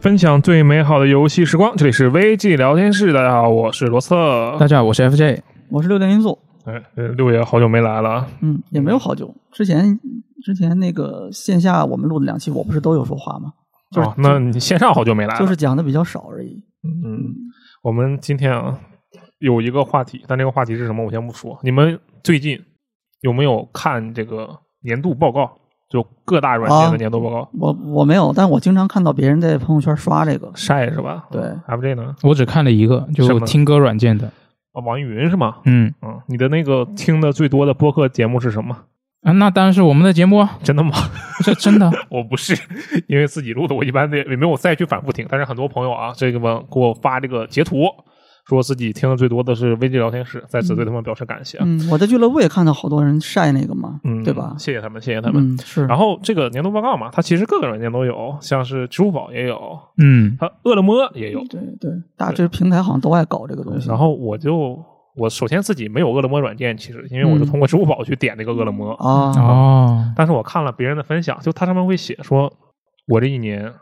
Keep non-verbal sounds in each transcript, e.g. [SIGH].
分享最美好的游戏时光，这里是 VG 聊天室。大家好，我是罗策。大家好，我是 FJ。我是六点因素，哎，呃六爷好久没来了，嗯，也没有好久。之前之前那个线下我们录的两期，我不是都有说话吗？就是、哦，那你线上好久没来了，就是讲的比较少而已。嗯，我们今天啊有一个话题，但这个话题是什么，我先不说。你们最近有没有看这个年度报告？就各大软件的啊年度报告、我我没有，但我经常看到别人在朋友圈刷这个。晒是吧？对，FJ 呢？我只看了一个，什就么听歌软件的。啊，网易云是吗？嗯嗯，你的那个听的最多的播客节目是什么？啊，那当然是我们的节目啊， [LAUGHS] 真的吗？这真的我不是，因为自己录的，我一般也也没有再去反复听。但是很多朋友啊，这个嘛给我发这个截图，说自己听的最多的是 VG 聊天室，在此对他们表示感谢。嗯，我在俱乐部也看到好多人晒那个嘛，啊嗯，对吧？谢谢他们，谢谢他们。嗯，是。然后这个年度报告嘛，它其实各个软件都有，像是支付宝也有，嗯， [LAUGHS] 它饿了么也有。对对，大致平台好像都爱搞这个东西。然后我就我首先自己没有饿了么软件，其实因为我就嗯通过支付宝去点那个饿了么，啊，哦，但是我看了别人的分享，就它上面会写说，我这一年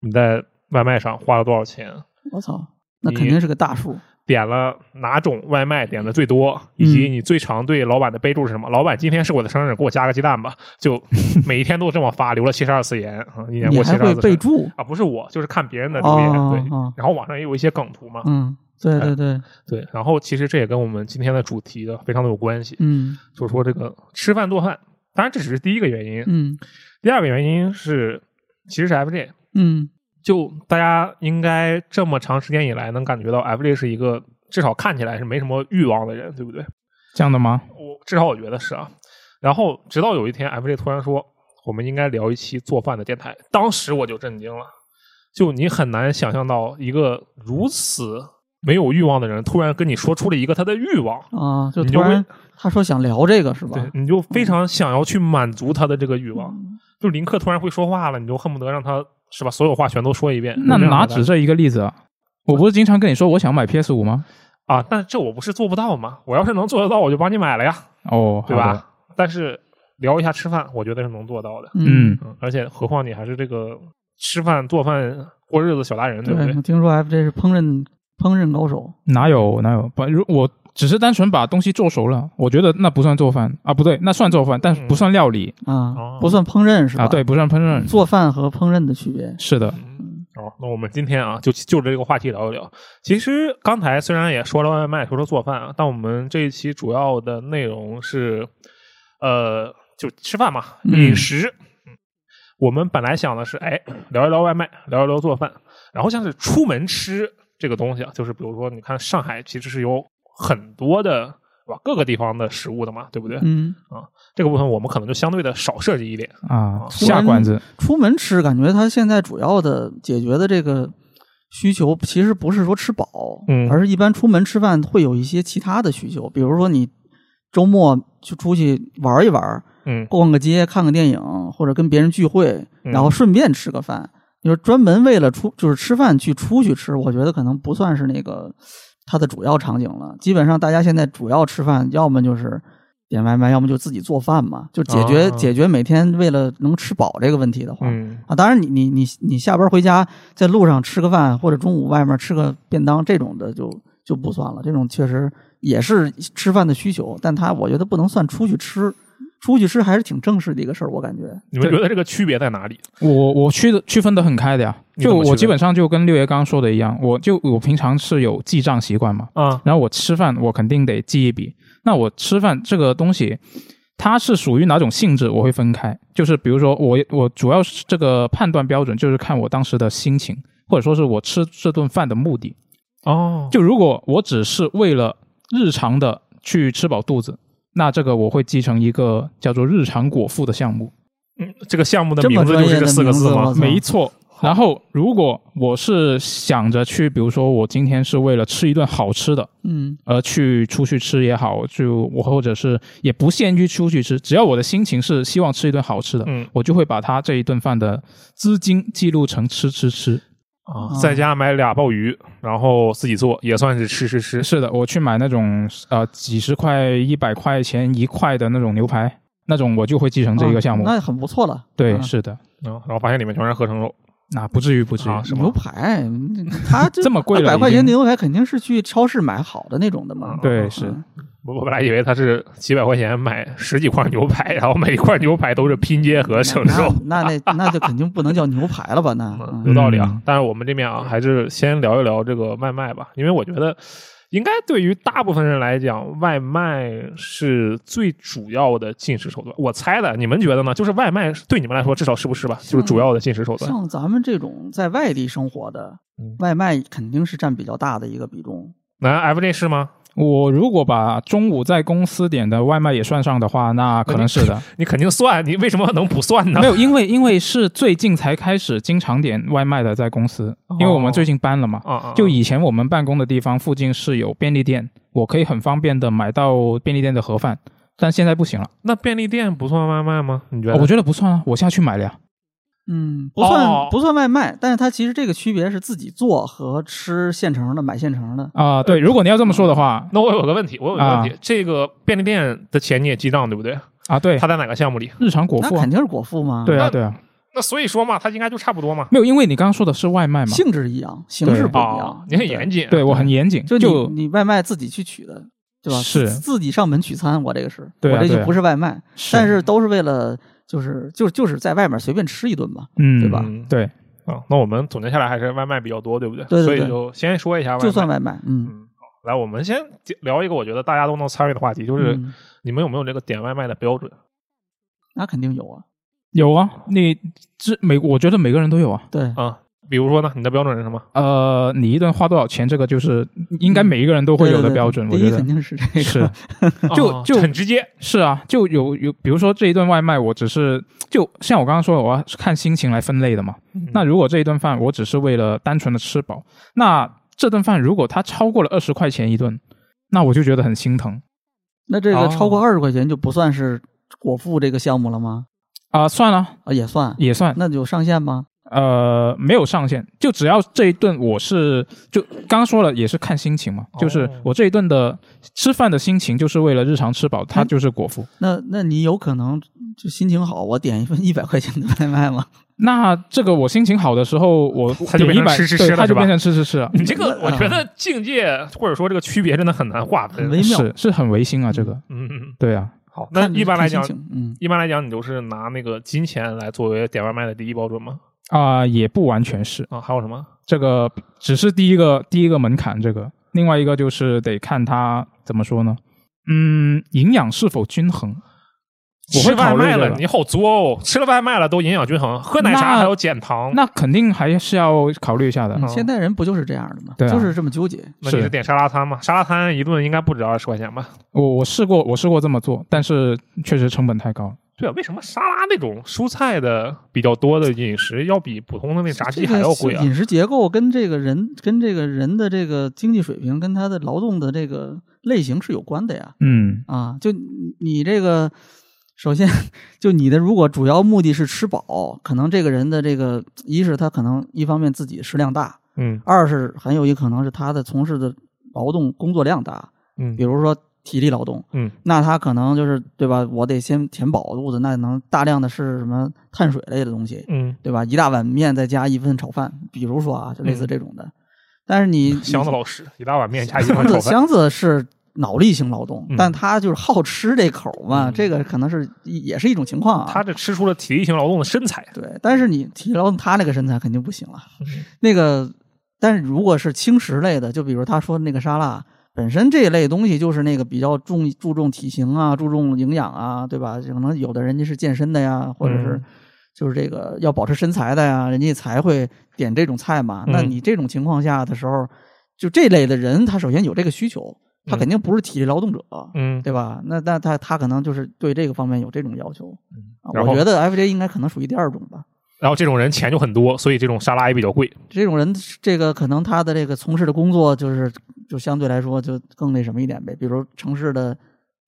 你在外卖上花了多少钱，我操，那你肯定是个大数。点了哪种外卖点嗯的最多，以及你最常对老板的备注是什么？老板，今天是我的生日，给我加个鸡蛋吧。 [LAUGHS] 就每一天都这么发，留了七十二次言啊，一年你过七还十二会次备言注？啊，不是我，就是看别人的留言。对，哦，然后网上也有一些梗图嘛，嗯，对对对，啊对。然后其实这也跟我们今天的主题的非常的有关系，嗯就是说这个吃饭做饭，当然这只是第一个原因，嗯第二个原因是其实是 FJ，嗯，就大家应该这么长时间以来能感觉到 FJ 是一个至少看起来是没什么欲望的人，对不对？这样的吗？我至少我觉得是啊。然后直到有一天，FJ 突然说我们应该聊一期做饭的电台，当时我就震惊了。就你很难想象到一个如此没有欲望的人，突然跟你说出了一个他的欲望，啊，就你突就会然他说想聊这个是吧对？，你就非常想要去满足他的这个欲望。嗯就林克突然会说话了，你就恨不得让他是吧，所有话全都说一遍。那你这样拿来只这一个例子啊，我不是经常跟你说我想买 PS 五吗？啊？但这我不是做不到吗？我要是能做得到，我就帮你买了呀，哦，对好的？吧？但是聊一下吃饭，我觉得是能做到的。嗯，嗯，嗯，而且何况你还是这个吃饭做饭过日子小达人，对不对？我听说 FJ 是烹饪烹饪高手，哪有哪有？不，如我只是单纯把东西做熟了，我觉得那不算做饭啊，不对，那算做饭，但是不算料理哦啊，不算烹饪是吧？啊，对，，不算烹饪。啊做饭和烹饪的区别。是的，哦，那我们今天啊，就就着这个话题聊一聊。其实刚才虽然也说了外卖，说说做饭啊，但我们这一期主要的内容是，呃，就吃饭嘛，嗯饮食。嗯我们本来想的是，哎，聊一聊外卖，聊一聊做饭，然后像是出门吃这个东西啊，就是比如说，你看上海其实是有很多的，是吧？各个地方的食物的嘛，对不对？嗯，这个部分我们可能就相对的少涉及一点。啊，突下然馆子，出门吃，感觉他现在主要的解决的这个需求，其实不是说吃饱，嗯而是一般出门吃饭会有一些其他的需求，比如说你周末就出去玩一玩，嗯，逛个街、看个电影，或者跟别人聚会，嗯然后顺便吃个饭。就是专门为了出就是吃饭去出去吃，我觉得可能不算是那个它的主要场景了。基本上大家现在主要吃饭，要么就是点外卖，要么就自己做饭嘛，就解决、啊解决每天为了能吃饱这个问题的话。嗯，啊，当然你，你你你下班回家，在路上吃个饭，或者中午外面吃个便当，这种的就就不算了。这种确实也是吃饭的需求，但它我觉得不能算出去吃，出去吃还是挺正式的一个事儿，我感觉。你们觉得这个区别在哪里？我我区的区分的很开的呀，你怎就么区我分基本上就跟六爷刚刚说的一样，我就我平常是有记账习惯嘛，啊，然后我吃饭我肯定得记一笔，那我吃饭这个东西。它是属于哪种性质？我会分开，就是比如说我我主要是这个判断标准就是看我当时的心情，或者说是我吃这顿饭的目的。哦，就如果我只是为了日常的去吃饱肚子，那这个我会记成一个叫做日常果腹的项目。嗯，这个项目的这么名字就专是业这的四个名字字吗吗？没错。然后，如果我是想着去，比如说我今天是为了吃一顿好吃的，嗯而呃去出去吃也好，就我或者是也不限于出去吃，只要我的心情是希望吃一顿好吃的，嗯我就会把他这一顿饭的资金记录成吃吃吃。啊啊在家买俩鲍鱼，然后自己做，也算是吃吃啊吃。是的，我去买那种呃几十块、一百块钱一块的那种牛排，那种我就会继承这一个项目。啊那很不错了。对，嗯是的，啊然后发现里面全是合成肉，那不至于，不至于，啊是吗牛排， [LAUGHS] 他这么贵了百块已钱经牛排肯定是去超市买好的那种的嘛。对是嗯我我本来以为他是几百块钱买十几块牛排，然后每一块牛排都是拼接和整肉，那那那那就肯定不能叫牛排了吧？那嗯有嗯道理啊嗯。但是我们这边啊，还是先聊一聊这个外卖吧，因为我觉得应该对于大部分人来讲，外卖是最主要的进食手段。我猜的，你们觉得呢？就是外卖对你们来说，至少是不是吧？就是主要的进食手段。像咱们这种在外地生活的嗯，外卖肯定是占比较大的一个比重。那 FJ 是吗？我如果把中午在公司点的外卖也算上的话，那可能是的。你肯定算，你为什么能不算呢 [LAUGHS] 没？有，因为因为是最近才开始经常点外卖的，在公司，哦因为我们最近搬了嘛。啊啊！就以前我们办公的地方附近是有便利店，我可以很方便的买到便利店的盒饭，但现在不行了。那便利店不算外卖吗？你觉得？哦我觉得不算啊，我下去买了呀。嗯，不算、哦不算外卖，但是它其实这个区别是自己做和吃现成的、买现成的。啊、对，如果你要这么说的话，那我有个问题，我有个问题，这个便利店的钱你也记账对不对？啊，对它，在哪个项目里？日常果那腹、啊肯，定是果腹嘛，对那啊，对啊，那所以说嘛，它应该就差不多嘛。没有，因为你刚刚说的是外卖嘛，性质一样，形式不一哦样，。你很严谨。对我很严谨，就就你你外卖自己去取的，对吧？是自自己上门取餐，我这个是，对啊我这对就啊不是外卖，但是都是为了就是就就是在外面随便吃一顿嘛。嗯，对吧嗯对，啊，那我们总结下来还是外卖比较多，对不对？对对所对以就先说一下外卖。就算外卖，嗯，嗯，好来，我们先聊一个我觉得大家都能参与的话题，就是嗯你们有没有这个点外卖的标准？那肯定有啊，有啊，你这每我觉得每个人都有啊。对，啊，比如说呢，你的标准是 [LAUGHS] 什么？呃，你一顿花多少钱，这个就是应该每一个人都会有的标准，对对对第一我觉肯得。定是这个，是啊就就很直接。是啊，就有有，比如说这一顿外卖，我只是就像我刚刚说的，我要看心情来分类的嘛。嗯那如果这一顿饭我只是为了单纯的吃饱，那这顿饭如果它超过了二十块钱一顿，那我就觉得很心疼那这哦个超过二十块钱就不算是果腹这个项目了吗？啊、算了，啊，也算，也算，那有上限吗？呃，没有上限，就只要这一顿我是就刚刚说了，也是看心情嘛，哦就是我这一顿的吃饭的心情就是为了日常吃饱，嗯它就是果腹。那那你有可能就心情好，我点一份一百块钱的外卖吗？那这个我心情好的时候，我它就变点一成百，吃吃吃对，了它是就吧变成吃吃吃了，你这个，我啊觉得境界或者说这个区别真的很难划分很。微妙，是是很违心啊，这个， [LAUGHS] 嗯嗯，嗯对啊，好， [LAUGHS] 那看一般来看心讲，情嗯，一般来讲，你就是拿那个金钱来作为点外卖的第一标准吗？啊、也不完全是啊，还有什么？这个，只是第一个第一个门槛，这个，另外一个就是得看它怎么说呢，嗯，营养是否均衡，我吃会外考虑卖这了，个你好作哦！吃了外卖了都营养均衡，喝奶茶那还有减糖，那肯定还是要考虑一下的。嗯现代人不就是这样的吗？对啊就是这么纠结，那你是是点沙拉餐吗？沙拉餐一顿应该不止二十块钱吧？我我试过，我试过这么做，但是确实成本太高了。对啊，为什么沙拉那种蔬菜的比较多的饮食要比普通的那炸鸡还要贵啊这个？饮食结构跟这个人跟这个人的这个经济水平跟他的劳动的这个类型是有关的呀。嗯，啊，就你你这个，首先就你的如果主要目的是吃饱，可能这个人的这个一是他可能一方面自己食量大，嗯二是很有一可能是他的从事的劳动工作量大，嗯比如说体力劳动，嗯，那他可能就是对吧？我得先填饱肚子，那能大量的是什么碳水类的东西，嗯，对吧？一大碗面再加一份炒饭，比如说啊，就类似这种的。但是你箱子你老师一大碗面加一箱碗炒子饭，箱嗯子是脑力性劳动，嗯但他就是好吃这口嘛，嗯这个可能是一也是一种情况啊。他这吃出了体力型劳动的身材。对，但是你提劳动他那个身材肯定不行了。嗯那个，但是如果是轻食类的，就比如他说的那个沙拉。本身这一类东西就是那个比较重注重体型啊，注重营养啊，对吧？可能有的人家是健身的呀，或者是嗯就是这个要保持身材的呀，人家才会点这种菜嘛。那嗯你这种情况下的时候，就这类的人，他首先有这个需求，他嗯肯定不是体力劳动者，嗯，对吧？那那他他可能就是对这个方面有这种要求。嗯啊然后我觉得 FJ 应该可能属于第二种吧。然后这种人钱就很多，所以这种沙拉也比较贵。这种人，这个可能他的这个从事的工作就是就相对来说就更那什么一点呗，比如城市的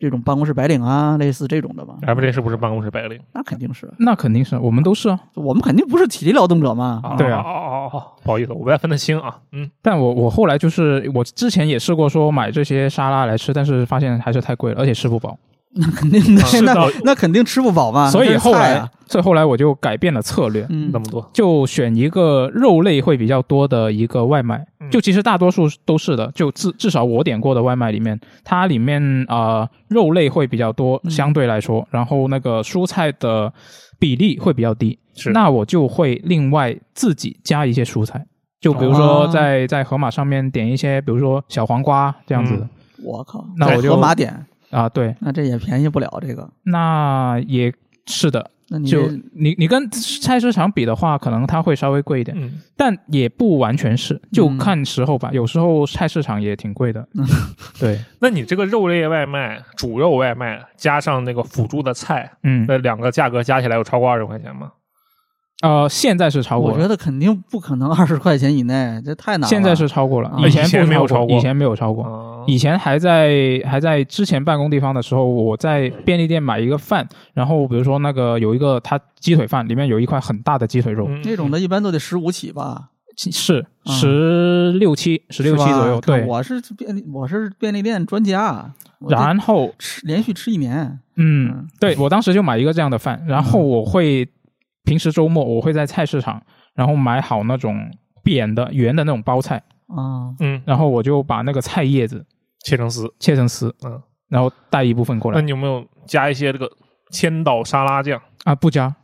这种办公室白领啊，类似这种的吧。 FJ 是不是办公室白领？那肯定是，那肯定是我们都是啊。我们肯定不是体力劳动者嘛。对啊哦哦哦哦，不好意思，我不太分得清啊。嗯，但我我后啊来就是我之前也试过说买这些沙拉来吃，但是发现还是太贵了，而且吃不饱。那肯定的，是的那那肯定吃不饱嘛。所以那是后菜来啊，，所以后来我就改变了策略，嗯那，么多，就选一个肉类会比较多的一个外卖嗯。就其实大多数都是的，就至至少我点过的外卖里面，它里面啊、呃肉类会比较多，嗯相对来说，然后那个蔬菜的比例会比较低。是那我就会另外自己加一些蔬菜，就比如说啊哦在、在盒马上面点一些，比如说小黄瓜这样子的嗯我靠，那在我就盒马点，啊，对，那这也便宜不了这个。那也是的，那你就这你你跟菜市场比的话，可能它会稍微贵一点，嗯，但也不完全是，就嗯看时候吧。有时候菜市场也挺贵的， [LAUGHS] [LAUGHS] 对，那你这个肉类外卖、主肉外卖加上那个辅助的菜，嗯，那两个价格加起来有超过二十块钱吗？呃，现在是超过我了觉，得肯定不可能二十块钱以内，这太难了。现在是超过了啊，以前以前不没有超过以前没有超过，啊，以前还在还在之前办公地方的时候，我在便利店买一个饭，然后比如说那个有一个它鸡腿饭里面有一块很大的鸡腿肉，嗯这种的，一般都得十五起吧，是嗯十六七十六是七吧左右，看对。我是便利，我是便利店专家，我这然后，吃连续吃一年，嗯嗯，对我当时就买一个这样的饭，然后我会平时周末我会在菜市场，然后买好那种扁的圆的那种包菜，啊，嗯，然后我就把那个菜叶子切成丝。切成丝，嗯，然后带一部分过那来你有没有加一些这个千岛沙拉酱？啊，不加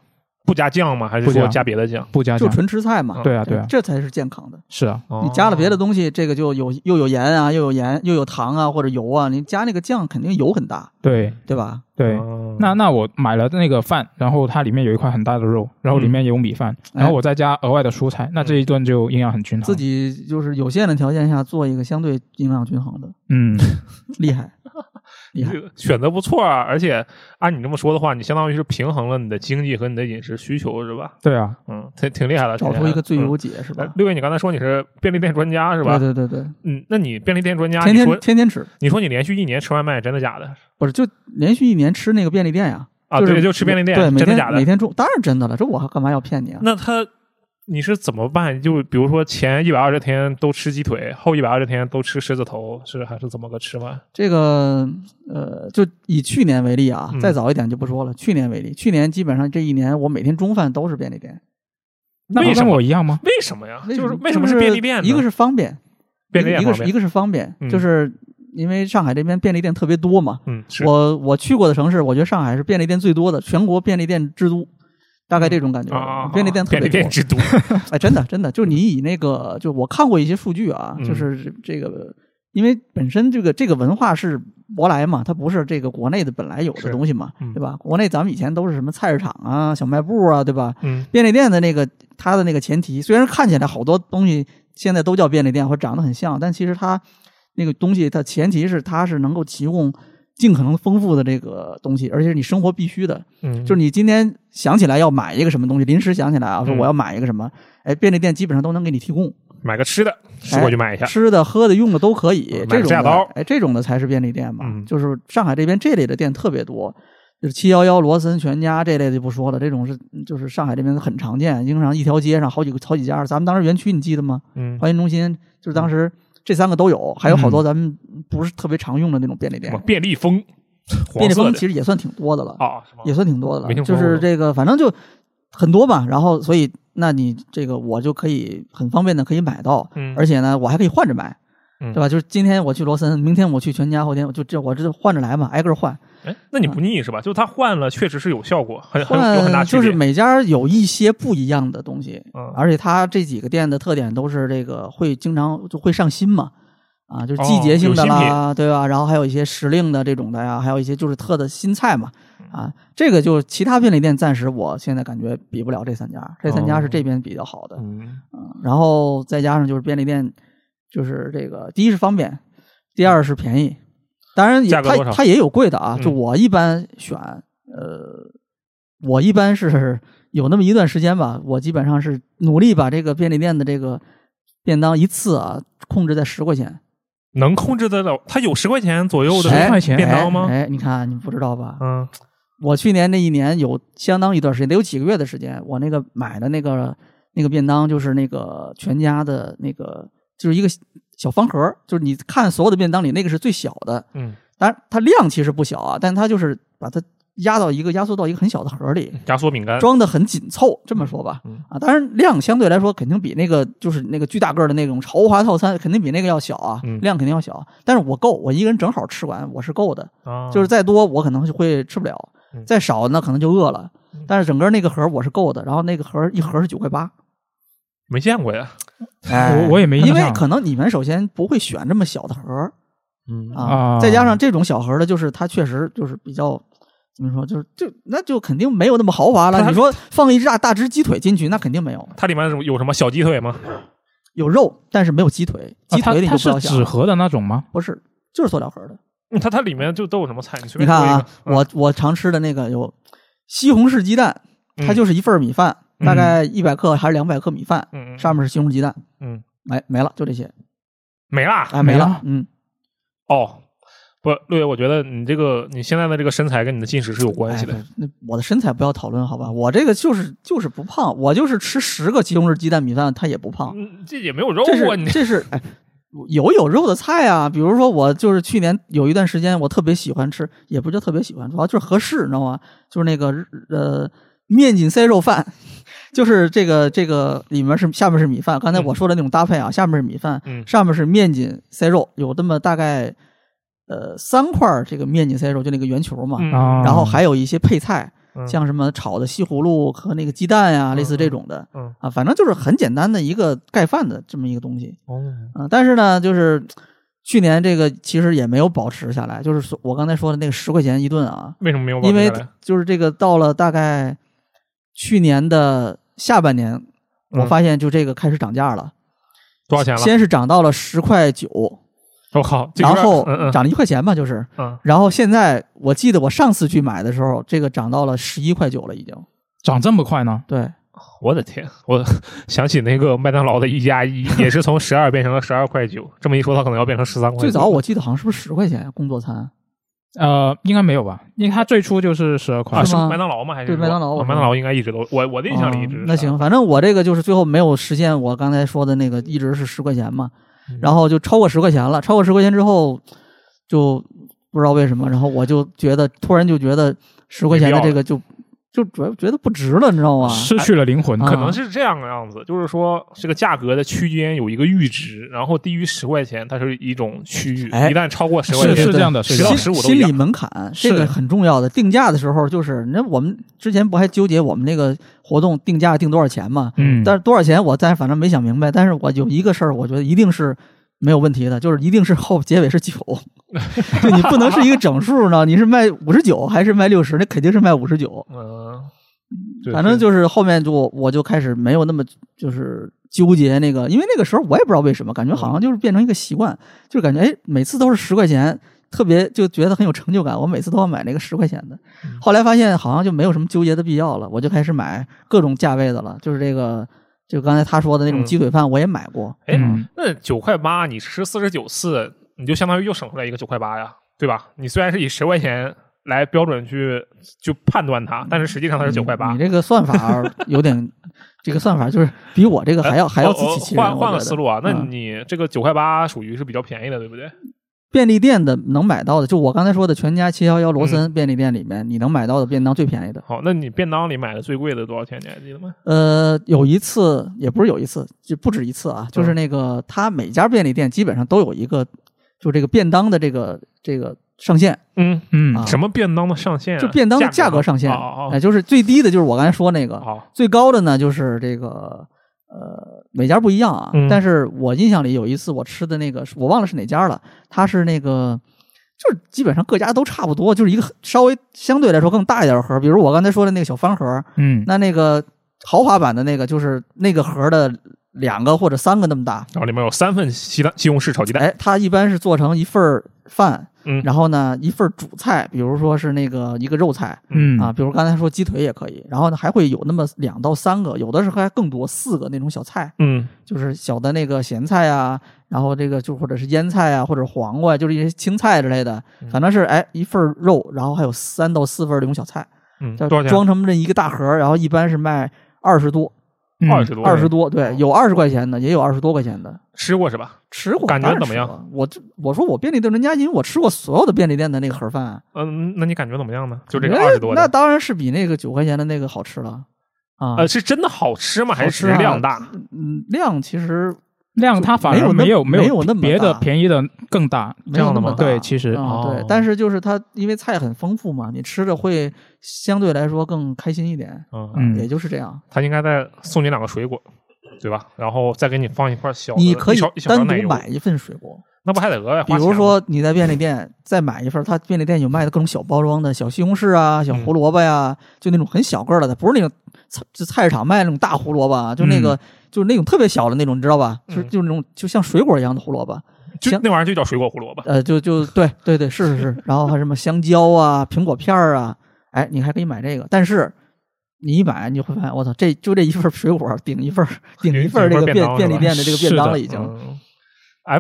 不加酱吗？还是不加说加别的酱？不加就酱，纯吃菜嘛。对啊对啊，这才是健康的。是啊，哦你加了别的东西，这个就有又有盐啊，又有盐，又有糖啊，或者油啊。你加那个酱，肯定油很大，对对吧？对，哦那那我买了那个饭，然后它里面有一块很大的肉，然后里面有米饭，哎然后我再加额外的蔬菜，那这一顿就营养很均衡。自己就是有限的条件下做一个相对营养均衡的，嗯，厉害，厉害 [LAUGHS] 这。个选择不错啊，而且按你这么说的话，你相当于是平衡了你的经济和你的饮食需求，是吧？对啊，嗯，挺挺厉害的，找挺出厉害一的个最。嗯优解是哎吧？六月，你刚才说你是便利店专 [LAUGHS] 家是吧？对对对对，嗯，那你便利店专家，天你说天天天吃，你说你连续一年吃外卖，真的假的？不是就连续一年吃那个便利店呀？啊，就是对，就吃便利店，对，每真的天假的每？天中当然真的了，这我干嘛要骗你啊？那他你是怎么办？就比如说前一百二十天都吃鸡腿，后一百二十天都吃狮子头，是还是怎么个吃法？这个呃，就以去年为例啊，嗯再早一点就不说了。去年为例，去年基本上这一年我每天中饭都是便利店，那为不什跟么我一样吗？为什么呀？啊就是为为什么是是便利店呢？一个是方便，便利店一个方是一便，个是方便，嗯就是因为上海这边便利店特别多嘛。嗯，是我我去过的城市，我觉得上海是便利店最多的，全国便利店之都，大概这种感觉。啊啊，啊便利店特便利别店，多之 [LAUGHS] 都，哎，真的真的，就你以那个，就我看过一些数据啊，嗯就是这个，因为本身这个这个文化是舶来嘛，它不是这个国内的本来有是的东西嘛，嗯对吧？国内咱们以前都是什么菜市场啊、小卖部啊，对吧？嗯便利店的那个它的那个前提，虽然看起来好多东西现在都叫便利店或长得很像，但其实它那个东西它前提是它是能够提供尽可能丰富的这个东西，而且是你生活必须的。嗯，就是你今天想起来要买一个什么东西，临时想起来啊，说嗯我要买一个什么，哎，便利店基本上都能给你哎提供，买个吃的，吃过去买一下。吃的、喝的、用的都可以嗯。买这个指甲种刀的，哎，这种的才是便利店嘛。嗯就是上海这边这类的店特别多，就是七幺幺、罗森、全家这类的就不说了，这种是就是上海这边很常见，经常一条街上好几个好几家。咱们当时园区你记得吗？嗯，华园中心就是当时这三个都有，还有好多咱们不是特别常用的那种便利什店么。便利蜂，便黄利色蜂的其实也算挺多的了。啊，是吗？也算挺多的没听了，说就过是这个反正就很多吧。然后所以那你这个我就可以很方便的可以买到，嗯而且呢我还可以换着买，嗯对吧？就是今天我去罗森，明天我去全家，后天我就这我这换着来嘛，挨个儿换哎，那你不腻是吧？就它换了，确实是有效果，很很有很大换，区就别。是每家有一些不一样的东西，嗯而且它这几个店的特点都是这个会经常就会上新嘛。啊，就是季节性的哦有啦，对吧？然后还有一些时令的这种的呀，还有一些就是特的新菜嘛，嗯啊，这个就是其他便利店，暂时我现在感觉比不了这三家，这哦三家是这边比较好的，嗯，嗯然后再加上就是便利店，就是这个第一是方便，第二是便宜，当然也价格它多少它也有贵的啊，嗯就我一般选，呃，我一般是有那么一段时间吧，我基本上是努力把这个便利店的这个便当一次啊控制在十块钱能控制得了。它有十块钱左右的10块钱便当吗？哎，哎你看你不知道吧？嗯，我去年那一年有相当一段时间，得有几个月的时间，我那个买的那个那个便当就是那个全家的那个，就是一个小方盒儿，就是你看所有的便当里那个是最小的，嗯，当然它量其实不小啊，但它就是把它压到一个压缩到一个很小的盒里，压缩饼干，装的很紧凑，这么说吧嗯，啊，当然量相对来说肯定比那个就是那个巨大个儿的那种豪华套餐肯定比那个要小啊嗯，量肯定要小，但是我够，我一个人正好吃完我是够的，啊就是再多我可能就会吃不了嗯，再少呢可能就饿了嗯，但是整个那个盒儿我是够的，然后那个盒儿一盒儿是九 [LAUGHS] 块八，没见过呀，哎我我也没印因象为可能你们首先不会选这么小的盒儿嗯啊啊，再加上这种小盒儿的，就是它确实就是比较怎么说，就是就那就肯定没有那么豪华了。它你说放一只大大只鸡腿进去，那肯定没有，它里面有有什么小鸡腿吗？有肉但是没有鸡腿，啊鸡它腿你它就不是要想纸了，盒的那种吗？不是就是塑料盒儿的。嗯它它里面就都有什么菜？你随你便看说一啊个，，我我常吃的那个有西红柿鸡蛋，它嗯就是一份儿米饭，嗯大概一百克还是两百克米饭，嗯嗯上面是西红柿鸡蛋，嗯，没没了，就这些，没啦哎，没了了，嗯，哦。不，六爷，我觉得你这个你现在的这个身材跟你的进食是有关系的哎。不是那我的身材不要讨论好吧？我这个就是就是不胖，我就是吃十个西红柿鸡蛋米饭，它也不胖。嗯，这也没有肉这啊，是你这是哎，有有肉的菜啊，比如说我就是去年有一段时间我特别喜欢吃，也不叫特别喜欢，主要就是合适，你知道吗？就是那个日呃面筋塞肉饭， [LAUGHS] 就是这个这个里面是下面是米饭，刚才我说的那种搭配啊，下面是米饭，嗯上面是面筋塞肉，有这么大概呃三块儿这个面筋塞肉，就那个圆球嘛，嗯啊，然后还有一些配菜，嗯像什么炒的西葫芦和那个鸡蛋呀、类似这种的，嗯嗯啊，反正就是很简单的一个盖饭的这么一个东西哦，啊。但是呢，就是去年这个其实也没有保持下来，就是说我刚才说的那个十块钱一顿啊，为什么没有保因持为下来？就是这个到了大概去年的下半年，我嗯发现就这个开始涨价了，多少钱了？先是涨到了十块九，我靠，这个然后嗯嗯涨了一块钱吧，就是。嗯，然后现在，我记得我上次去买的时候，这个涨到了十一块九了，已经。长这么快呢？对，我的天，我想起那个麦当劳的一加一也是从十二变成了十二块九，这么一说，它可能要变成十三块九。最早我记得好像是不是十块钱工作餐？呃，应该没有吧，因为它最初就是十二块啊，是是吗麦当劳吗？还是对说麦当劳啊我麦当劳应该一直都，我我的印象里一直哦是那行，反正我这个就是最后没有实现我刚才说的那个，一直是十块钱嘛嗯，然后就超过十块钱了，超过十块钱之后就不知道为什么，然后我就觉得突然就觉得十块钱的这个就就主要觉得不值了，你知道吗？失去了灵魂。啊可能是这样个样子，就是说这个价格的区间有一个阈值，然后低于十块钱它是一种区域，哎一旦超过十是块对钱对是对这样的，是十这到样的心十五都一心理样。门槛是这个很重要的，定价的时候就是，那我们之前不还纠结我们那个活动定价定多少钱吗？嗯，但是多少钱我暂时反正没想明白，但是我有一个事儿，我觉得一定是没有问题的，就是一定是后结尾是九，就你不能是一个整数呢，你是卖五十九还是卖六十，那肯定是卖五十九。嗯，对反正就是后面就我就开始没有那么就是纠结那个，因为那个时候我也不知道为什么，嗯感觉好像就是变成一个习惯，就是感觉哎每次都是十块钱，特别就觉得很有成就感，我每次都要买那个十块钱的。嗯后来发现好像就没有什么纠结的必要了，我就开始买各种价位的了，就是这个就刚才他说的那嗯种鸡腿饭我也买过，哎嗯，那九块八你吃四十九次，你就相当于又省出来一个九块八呀，对吧？你虽然是以十块钱来标准去就判断它，但是实际上它是九块八嗯你。这个算法有点，这个算法就是比我这个还要还要自哦欺哦欺人。换换我个觉得思路啊，那嗯你这个九块八属于是比较便宜的，对不对？便利店的能买到的，就我刚才说的全家、七幺幺、罗森便利店里面，你能买到的便当最便宜的。好，那你便当里买的最贵的多少钱？你还记得吗？呃，有一次也不是有一次，就不止一次啊，就是那个它每家便利店基本上都有一个，就这个便当的这个这个上限，嗯，嗯啊什么便当的上限啊？就便当的价格上限，哦哦哎，就是最低的就是我刚才说那个哦，，好，最高的呢就是这个呃每家不一样啊，嗯但是我印象里有一次我吃的那个我忘了是哪家了，它是那个就是基本上各家都差不多，就是一个稍微相对来说更大一点的盒，比如我刚才说的那个小方盒，嗯，那那个豪华版的那个就是那个盒的两个或者三个那么大，哦然后里面有三份西蛋西红柿炒鸡蛋，哎，它一般是做成一份儿饭，嗯然后呢一份儿主菜，比如说是那个一个肉菜。嗯啊，比如刚才说鸡腿也可以，然后呢还会有那么两到三个，有的是还更多四个那种小菜，嗯，就是小的那个咸菜啊，然后这个就或者是腌菜啊，或者黄瓜，就是一些青菜之类的，嗯反正是哎一份儿肉，然后还有三到四份儿这种小菜，嗯，就多少钱？装成这一个大盒儿，然后一般是卖二十多嗯二十多，啊二十多，对，有二十块钱的，也有二十多块钱的。吃过是吧？吃过，感觉当然怎么吃样过？我这我说我便利店人家，因为我吃过所有的便利店的那个盒饭，嗯，那你感觉怎么样呢？就这个哎二十多那的，当然是比那个九块钱的那个好吃了啊。呃，是真的好吃吗？还是只是好吃啊量大？嗯，量其实量它反而没没有那有没有有那么别的大便宜的更大，没有这样的那么吗大对其实啊哦对，但是就是它因为菜很丰富嘛，你吃着会相对来说更开心一点，啊嗯，嗯也就是这样。他应该再送你两个水果，对吧？然后再给你放一块小的，你可以一小一小单勺奶独油，买一份水果，那不还得额外花比钱吗？如说你在便利店再买一份，它便利店有卖的各种小包装的小西红柿啊、小嗯胡萝卜呀、就那种很小个儿的，它不是那种菜就菜市场卖那种大胡萝卜，啊，就那个、就是那种特别小的那种，你知道吧？就是嗯就是那种就像水果一样的胡萝卜，就行那玩意儿就叫水果胡萝 [LAUGHS] 卜，呃，就就对对对，是是是，然后还有什么香蕉啊、苹果片儿啊，哎，你还可以买这个，但是。你一买，你就会发现，我操，这就这一份水果顶一份顶一份这个顶一份便当便便利店的这个便是的当了，已经。嗯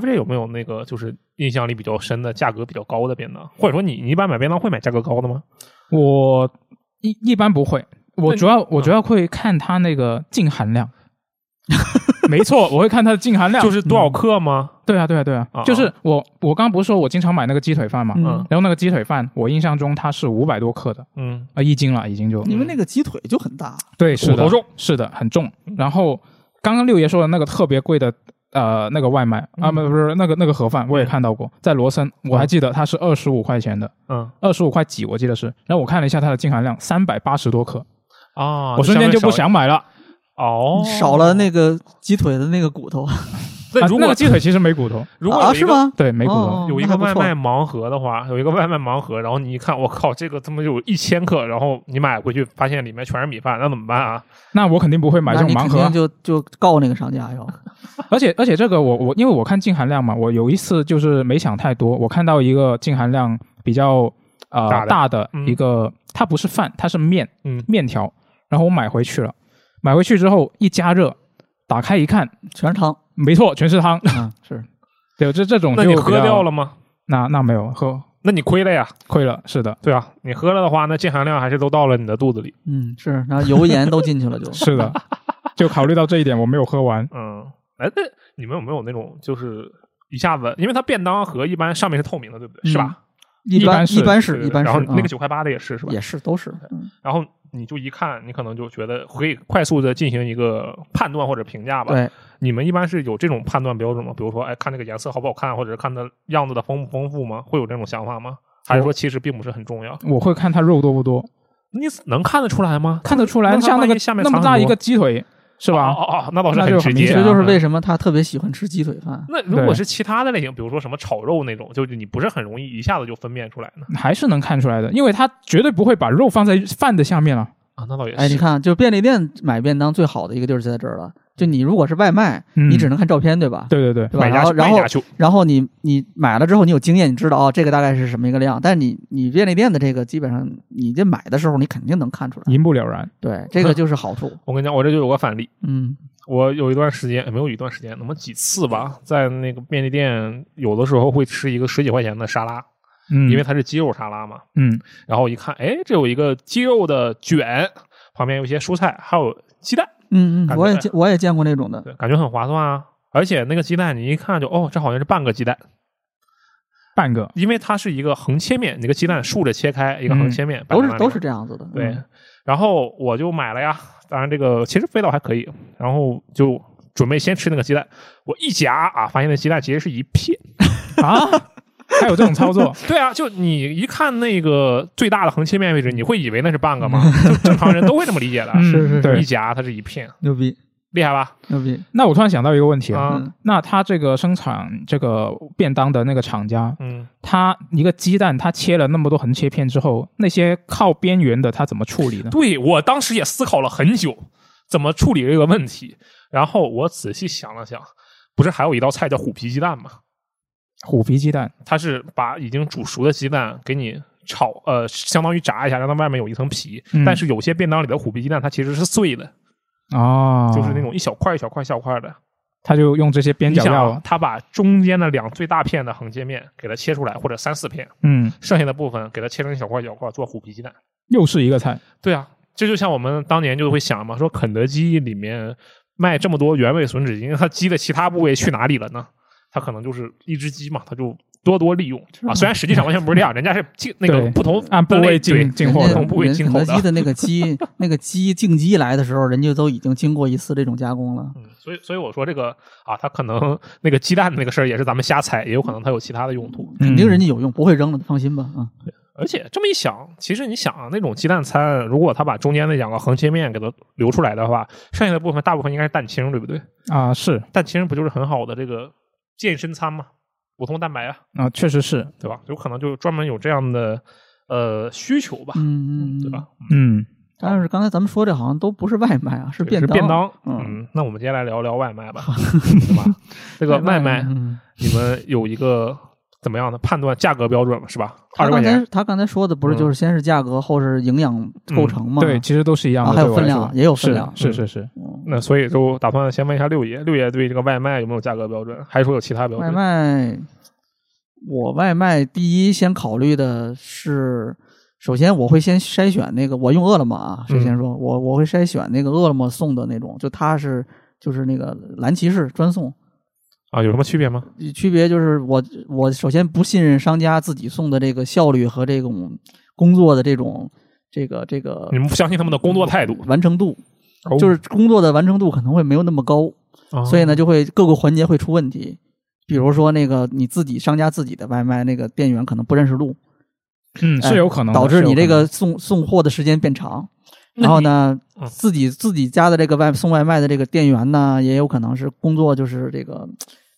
FJ 有没有那个就是印象里比较深的价格比较高的便当？或者说你你一般买便当会买价格高的吗？我一一般不会，我那主要我啊主要会看它那个净含量。 [LAUGHS] 没错，我会看它的净含量。就是嗯多少克吗？对啊，对啊，对啊啊啊，就是我我刚不是说我经常买那个鸡腿饭嘛，嗯嗯，然后那个鸡腿饭我印象中它是五百多克的，嗯，啊，一斤了，已经就你们那个鸡腿就很大，对，是骨头的，重，嗯是的，很重。然后刚刚六爷说的那个特别贵的。呃，那个外卖啊，嗯不是不是那个那个盒饭，我也看到过，在罗森，我还记得它是二十五块钱的，嗯二十五块几，我记得是。然后我看了一下它的净含量，三百八十多克，啊，我瞬间就不相想买了。当于少一哦，少了那个鸡腿的那个骨头。那啊如那果个鸡腿其实没骨头，如果有啊，一是个嗯吗？对，没骨哦头。有一那个还不外错卖盲盒的话，有一个外卖盲盒，然后你一看，我靠，这个他妈有一千克，然后你买回去发现里面全是米饭，那怎么办啊？那我肯定不会买这那种你盲肯盒定啊。就就告那个商家 [LAUGHS] 哟。而且而且这个我我因为我看净含量嘛，我有一次就是没想太多，我看到一个净含量比较呃大的嗯一个，它不是饭，它是面嗯，面条，然后我买回去了，买回去之后一加热，打开一看，全是汤，没错，全是汤。嗯，是对，这这种那就你喝比较掉？了吗？那那没有喝那你亏了呀，亏了，是的，对啊，你喝了的话，那净含量还是都到了你的肚子里。嗯是，然后油盐都进去 [LAUGHS] 了就，是的。就考虑到这一点，我没有喝完。嗯，哎，那你们有没有那种就是一下子，因为它便当盒一般上面是透明的，对不对？嗯是吧？一般般是一般对是对一般然是，后那个嗯九块八的也是，是吧？也是都是，嗯然后你就一看，你可能就觉得可以快速的进行一个判断或者评价吧。对，你们一般是有这种判断标准吗？比如说，哎，看这个颜色好不好看，或者是看它样子的丰不丰富吗？会有这种想法吗？还是说其实并不是很重要？我会看它肉多不多，你能看得出来吗？看得出来，那它像那万一个下面那么藏大很一多个鸡腿，是吧？哦哦哦，那倒是那就很直很明接显啊。这啊就是为什么他特别喜欢吃鸡腿饭。那如果对是其他的类型，比如说什么炒肉那种，就是你不是很容易一下子就分辨出来呢？还是能看出来的，因为他绝对不会把肉放在饭的下面了。啊，那倒也是。哎，你看，就是便利店买便当最好的一个地儿就在这儿了。就你如果是外卖，嗯你只能看照片，对吧？对对对，对吧？嗯买家然后去，然卖后家去，然后你你买了之后，你有经验，你知道哦，这个大概是什么一个量。但你你便利店的这个，基本上你这买的时候，你肯定能看出来。一目了然。对，这个就是 [LAUGHS] 好处。我跟你讲，我这就有个反例。嗯，我有一段时间，没有一段时间，那么几次吧，在那个便利店，有的时候会吃一个十几块钱的沙拉，嗯，因为它是鸡肉沙拉嘛。嗯然后我一看，哎，这有一个鸡肉的卷，旁边有一些蔬菜，还有鸡蛋，嗯感觉嗯，我也见我也见过那种的，对，感觉很划算啊。而且那个鸡蛋，你一看就哦，这好像是半个鸡蛋，半 [LAUGHS] 个因为它是一个横切面，那个鸡蛋竖着切开，一个横切面，摆都在是那嗯都里是这样子的。对嗯，然后我就买了呀，当然这个其实味道还可以，然后就准备先吃那个鸡蛋，我一夹啊，发现那鸡蛋其实是一片。啊，还有这种操 [LAUGHS] 作对啊，就你一看那个最大的横切面位置，你会以为那是半个吗？就正常人都会这么理解的。[LAUGHS] 嗯是是一对。夹它是一片，牛逼厉害吧？牛逼。 [LAUGHS] 那我突然想到一个问题啊，啊，嗯那他这个生产这个便当的那个厂家，嗯，他一个鸡蛋他切了那么多横切片之后，那些靠边缘的他怎么处理呢？对我当时也思考了很久，怎么处理这个问题。然后我仔细想了想，不是还有一道菜叫虎皮鸡蛋吗？虎皮鸡蛋，它是把已经煮熟的鸡蛋给你炒，呃，相当于炸一下，让它外面有一层皮。嗯但是有些便当里的虎皮鸡蛋，它其实是碎的，哦，就是那，种一小块一小块一小块的。他就用这些边你角想料啊啊，，它把中间的两最大片的横切面给它切出来，或者三四片，嗯，剩下的部分给它切成一小块一小块做虎皮鸡蛋。又是一个菜，对啊，这就像我们当年就会想嘛，说肯德基里面卖这么多原味吮指鸡，那它鸡的其他部位去哪里了呢？它可能就是一只鸡嘛，它就多多利用啊。虽然实际上完全不是这样，人家是进那个对不同按部分类位进对进人货家同的。步会人进肯口德的基的那个鸡，那个鸡进鸡来的时候，人家都已经经过一次这种加工了。嗯，所以所以我说这个啊，它可能那个鸡蛋的那个事儿也是咱们瞎猜，也有可能它有其他的用途。肯定嗯人家有用，不会扔了，放心吧啊！而且这么一想，其实你想啊，那种鸡蛋餐，如果它把中间那两个横切面给它留出来的话，剩下的部分大部分应该是蛋清，对不对？啊、是蛋清不就是很好的这个健身餐吗？补充蛋白啊，啊、确实是，对吧？有可能就专门有这样的呃需求吧，嗯嗯，嗯对吧？？嗯，但是刚才咱们说这好像都不是外卖啊，是对便是当。便当，嗯嗯，那我们接下来聊聊外卖吧，对 [LAUGHS] 吧？这个外卖，嗯你们有一个怎么样的判断价格标准是吧？二他十块刚钱才他刚才说的不是嗯就是先是价格，后是营养构成吗？对，，其实都是一样的，啊还有对我来分量说也有分是量嗯是是是，那所以就打算先问一下六爷，六爷对这个外卖有没有价格标准，还是说有其他标外准？卖，我外卖第一先考虑的是，首先我会先筛选那个，我用饿了么啊，首嗯先说、我我会筛选那个饿了么送的那种，就它是就是那个蓝骑士专送，啊，有什么区别吗？区别就是我我首先不信任商家自己送的这个效率和这种工作的这种这个这个你们哦不相信他们的工作态度，完成度，就是工作的完成度可能会没有那么高，嗯啊哦所以呢，就会各个环节会出问题。比如说那个你自己商家自己的外卖，那个店员可能不认识路，嗯，哎是有可能的导是致有你这可能个送送货的时间变长。那然后呢嗯，自己自己家的这个外送外卖的这个店员呢，也有可能是工作就是这个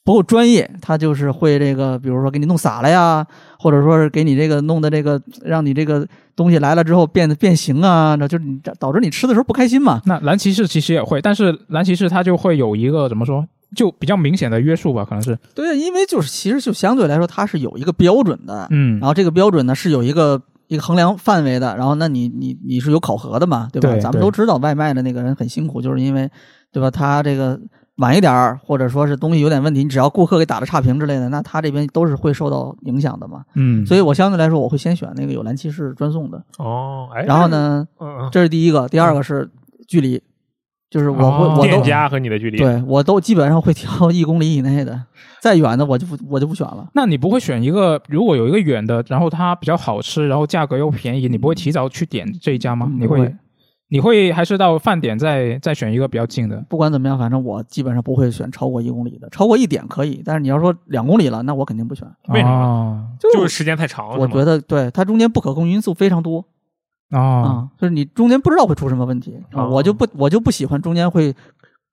不够专业，他就是会这个，比如说给你弄洒了呀，或者说是给你这个弄的这个，让你这个东西来了之后变得变形啊，那就是你导致你吃的时候不开心嘛。那蓝骑士其实也会，但是蓝骑士它就会有一个怎么说，就比较明显的约束吧，可能是，对，因为就是其实就相对来说，它是有一个标准的，嗯然，后这个标准呢是有一个一个衡量范围的，然后那你你你是有考核的嘛，对吧？对咱们对都知道外卖的那个人很辛苦，就是因为对吧？他这个晚一点儿，或者说是东西有点问题，你只要顾客给打了差评之类的，那他这边都是会受到影响的嘛。嗯，所以以我相对来说，我会先选那个有蓝骑士专送的。哦，哎，然后？呢，嗯，这是第一个，第二个是距离，就是我会、哦我店都。家和你的距离，对我都基本上会挑一公里以内的，再远的我就不我就不选了。那你不会选一个，如果有一个远的，然后它比较好吃，然后价格又便宜，你不会提早去点这一家吗？嗯你不会你会还是到饭点再再选一个比较近的？不管怎么样，反正我基本上不会选超过一公里的，超过一点可以，但是你要说两公里了，那我肯定不选。为什么么？就就是时间太长，我是吗觉得对它中间不可控因素非常多啊、哦，就是你中间不知道会出什么问题啊、哦我就不我就不喜欢中间会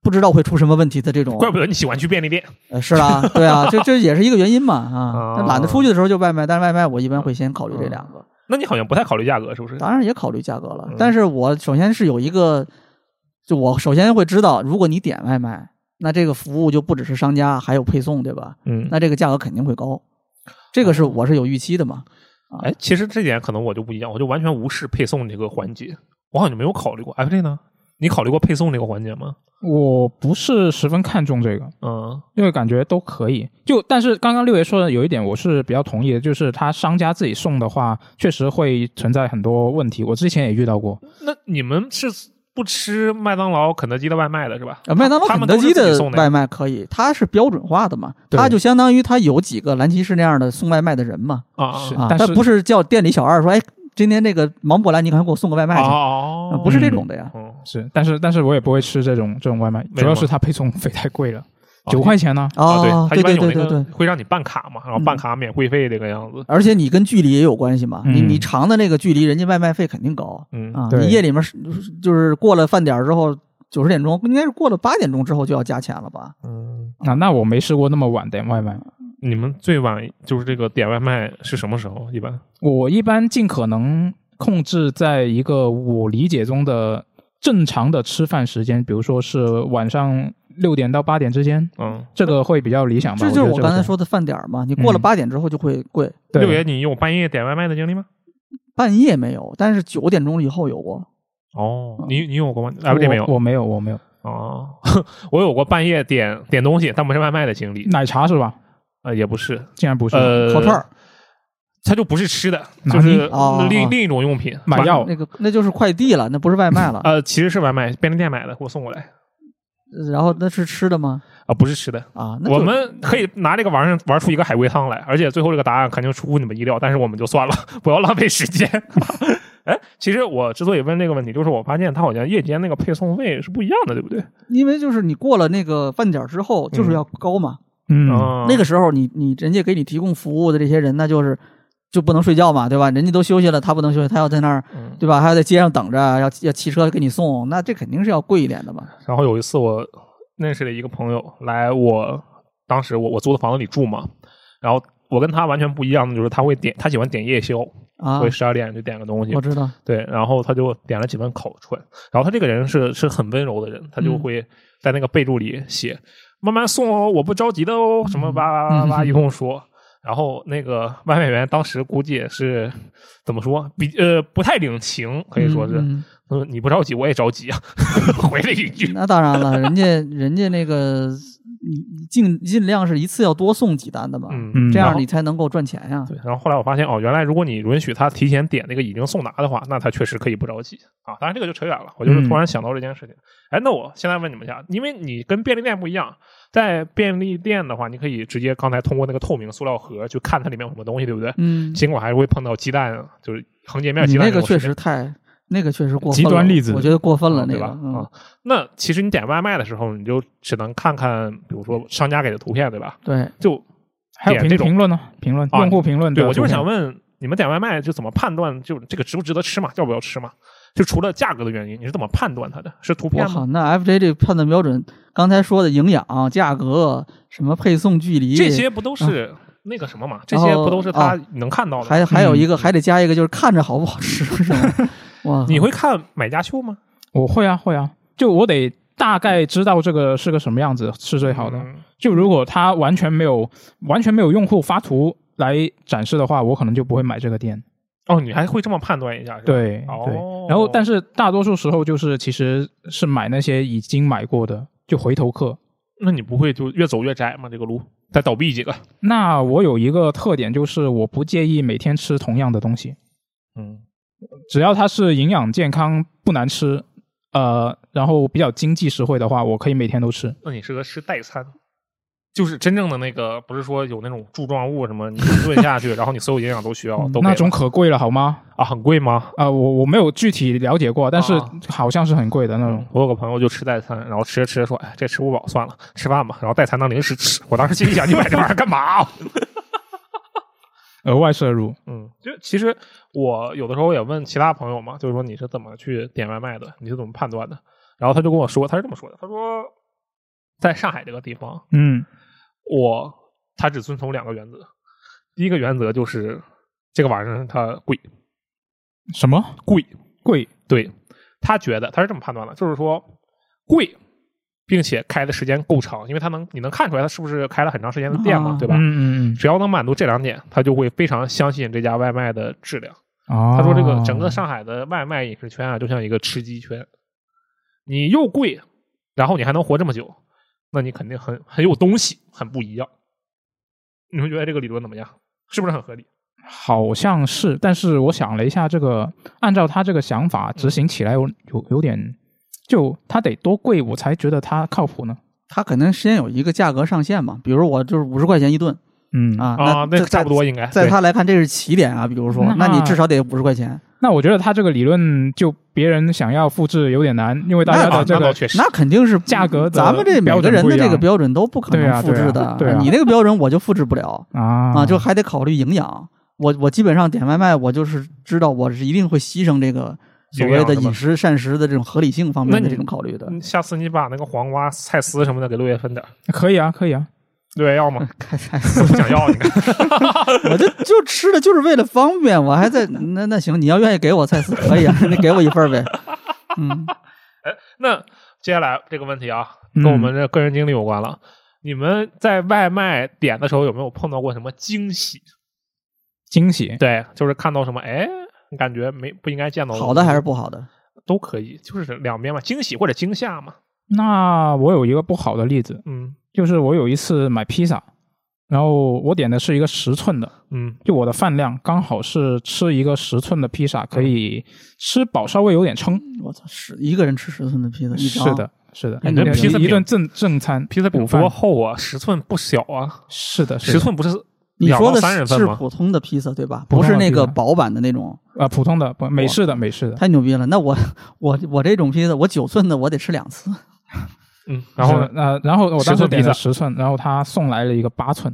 不知道会出什么问题的这种。怪不得你喜欢去便利店。呃是啦，对啊，这这也是一个原因嘛哦啊。那懒得出去的时候就外卖，但是外卖我一般会先考虑啊这两个，那你好像不太考虑价格，是不是？当然也考虑价格了嗯，但是我首先是有一个，就我首先会知道，如果你点外卖，那这个服务就不只是商家，还有配送，对吧？嗯，那这个价格肯定会高，这哦个是我是有预期的嘛。哎，其实这点可能我就不一样，我就完全无视配送这个环节，我好像没有考虑过。哎，这呢？你考虑过配送这个环节吗？我不是十分看重这个，嗯，因为感觉都可以。就但是刚刚六爷说的有一点，我是比较同意的，就是他商家自己送的话，确实会存在很多问题。我之前也遇到过，那你们是不吃麦当劳、肯德基的外卖的是吧？呃，麦当劳、他肯们都德是基自己的送的呀外卖可以，它是标准化的嘛，对它就相当于它有几个蓝骑士那样的送外卖的人嘛，啊啊是啊啊，但它是不是叫店里小二说，哎，今天这个忙不过来，你赶快给我送个外卖去，哦呃不是这种的呀。嗯是，但是但是我也不会吃这种这种外卖，为主要什是么它配送费太贵了，哦九块钱呢、啊，对，哦他一般对对有对那对嗯个对。会让你办卡嘛，然后办卡免会费这个样子。而且你跟距离也有关系嘛，你嗯你长的那个距离，人家外卖费肯定高嗯啊。对你夜里面是就是过了饭点儿之后，九十点钟应该是过了八点钟之后就要加钱了吧？嗯，啊那那我没试过那么晚点外卖，你们最晚就是这个点外卖是什么时候？一般我一般尽可能控制在一个我理解中的正常的吃饭时间，比如说是晚上六点到八点之间，嗯，这个会比较理想吧。这就是觉得我这个刚才是说的饭点儿嘛，你过了嗯八点之后就会贵。对六爷，你有半夜点外卖的经历吗？半夜没有，但是九点钟以后有过。哦，你你有过吗？啊，这没有我，我没有，我没有哦， [LAUGHS] 我有过半夜点点嗯东西，但不是外卖的经历，奶茶是吧？呃，也不是，竟然不是，呃，烤串儿，它就不是吃的，拿就捏是哦另另一种用品。买药那个那就是快递了，那不是外卖了。呃，其实是外卖，便利店买的，给我送过来呃然后那是吃的吗？啊、不是吃的。啊，那就我们可以拿这个玩意儿玩出一个海龟汤来，而且最后这个答案肯定出乎你们意料，但是我们就算了， [LAUGHS] 不要浪费时间。哎，其实我之所以问这个问题，就是我发现它好像夜间那个配送费是不一样的，对不对？因为就是你过了那个饭点儿之后，就是要高嘛。嗯，嗯，那个时候你你人家给你提供服务的这些人，那就是就不能睡觉嘛，对吧？人家都休息了，他不能休息，他要在那儿，嗯对吧？还要在街上等着，要要骑车给你送，那这肯定是要贵一点的嘛。然后有一次我认识了一个朋友来我当时我我租的房子里住嘛，然后我跟他完全不一样的就是他会点他喜欢点夜宵，啊会，十二点就点个东西我，知道，对，然后他就点了几份烤串，然后他这个人是是很温柔的人，他就嗯会在那个备注里写、慢慢送哦，我不着急的哦，什么叭叭叭叭 [LAUGHS] 嗯一通说。然后那个外卖员当时估计也是怎么说，比呃不太领情，可以说是，嗯他说你不着急我也着急啊， [LAUGHS] 回了一句嗯， [LAUGHS] 那当然了，人家人家那个你尽尽量是一次要多送几单的嘛，嗯嗯这然样后你才能够赚钱呀。对，然后后来我发现哦，原来如果你允许他提前点那个已经送达的话，那他确实可以不着急啊。当然这个就扯远了，我嗯就是突然想到这件事情。哎，那我现在问你们一下，因为你跟便利店不一样，在便利店的话，你可以直接刚才通过那个透明塑料盒去看它里面有什么东西，对不对？嗯，尽管还是会碰到鸡蛋，就是横截面鸡你蛋那这个种事确情。实太，那个确实过分了，极端例子我觉得过分嗯了那对个吧？啊、嗯，那其实你点外卖的时候，你就只能看看，比如说商家给的图片，对吧？对，就还有点这评种评论呢，评论啊用户评论，对，我就是想，问你们点外卖就怎么判断，就这个值不值得吃嘛，要不要吃嘛？就除了价格的原因，你是怎么判断它的？是图我片吗？靠，那 FJ 这个判断标准，刚才说的营养、价格、什么配送距离这，些不啊都是那个什么嘛？这些不都是他能看到的吗？哦还还有一个还得加一个就是看着好不好吃，是吗？[LAUGHS] 哇，你会看买家秀吗？我会啊会啊，就我得大概知道这个是个什么样子是最好的。嗯就如果它完全没有完全没有用户发图来展示的话，我可能就不会买这个店。哦，你还会这么判断一下？是吧，对对哦，然后但是大多数时候就是其实是买那些已经买过的，就回头客。那你不会就越走越窄吗？这个路再倒闭几个？那我有一个特点就是我不介意每天吃同样的东西，嗯，只要它是营养健康不难吃，呃，然后比较经济实惠的话，我可以每天都吃。那你适合吃代餐。就是真正的那个，不是说有那种柱状物什么，你一顿下去，然后你所有营养都需要，都给嗯那了种可贵了好吗？啊，很贵吗？啊、我我没有具体了解过，但是啊好像是很贵的那种。嗯我有个朋友就吃代餐，然后吃着吃着说：“哎，这吃不饱，算了，吃饭吧。”然后代餐当零食吃。我当时心里想：“你买这玩意儿干嘛？”啊额外摄入，嗯，就其实我有的时候也问其他朋友嘛，就是说你是怎么去点外卖的，你是怎么判断的？然后他就跟我说，他是这么说的：“他说，在上海这个地方，嗯，我他只遵从两个原则，第一个原则就是这个玩意儿它贵什么贵，贵？对他觉得他是这么判断的，就是说贵。”并且开的时间够长，因为他能，你能看出来他是不是开了很长时间的店嘛，啊对吧？嗯嗯只要能满足这两点，他就会非常相信这家外卖的质量。嗯。哦，他说，这个整个上海的外卖饮食圈啊，就像一个吃鸡圈，你又贵，然后你还能活这么久，那你肯定很很有东西，很不一样。你们觉得这个理论怎么样？是不是很合理？好像是，但是我想了一下，这个按照他这个想法执行起来有有有点，就他得多贵我才觉得他靠谱呢。它可能先有一个价格上限嘛，比如我就是五十块钱一顿嗯，啊，啊，那那在差不。多应该。在在对他来看，这是起点啊。比如说，那那你至少得五十块钱，那我觉得他这个理论就别人想要复制有点难，因为大家啊的这那倒个确实那肯定是价格的咱们这每标个准人不的一这个样标准都不可对能啊复对啊制的。对啊你那个标准我就复制不了。啊啊，就还得考虑营养。我我基本上点外卖，我就是知道我是一定会牺牲这个所谓的营养是吧饮食膳食的这种合理性方那面的你这种考虑的。嗯下次你把那个黄瓜、菜丝什么的给六月份点儿，可以啊，可以啊。六月要吗？开 [LAUGHS] 开，我不想要，你看。 [LAUGHS] 我这就吃的就是为了方便，我还在 [LAUGHS] 那那行，你要愿意给我菜丝可以啊， [LAUGHS] 你给我一份儿呗。嗯，那接下来这个问题啊，嗯跟我们这个人经历有关了。你们在外卖点的时候有没有碰到过什么惊喜？惊喜，对，就是看到什么，哎，你感觉没不应该见到好的还是不好的？都可以，就是两边嘛，惊喜或者惊吓嘛。那我有一个不好的例子，嗯就是我有一次买披萨，然后我点的是一个十寸的，嗯就我的饭量刚好是吃一个十寸的披萨可以嗯吃饱，稍微有点撑。我操，十一个人吃十寸的披萨，一张是，的，是的，哎你这一披萨一饼顿正正餐，披萨饼午饭多厚啊，十寸不小啊，是的，是十的寸不是你两说到的三人份是吗？普通的披萨对吧？普通不的是那披萨个薄版的那种，啊，普通的不美式的美式的，太牛逼了！那我我我这种披萨，我九寸的我得吃两次，嗯，然后呢？是呃，然后我当10时寸点披萨了十寸，然后他送来了一个八寸，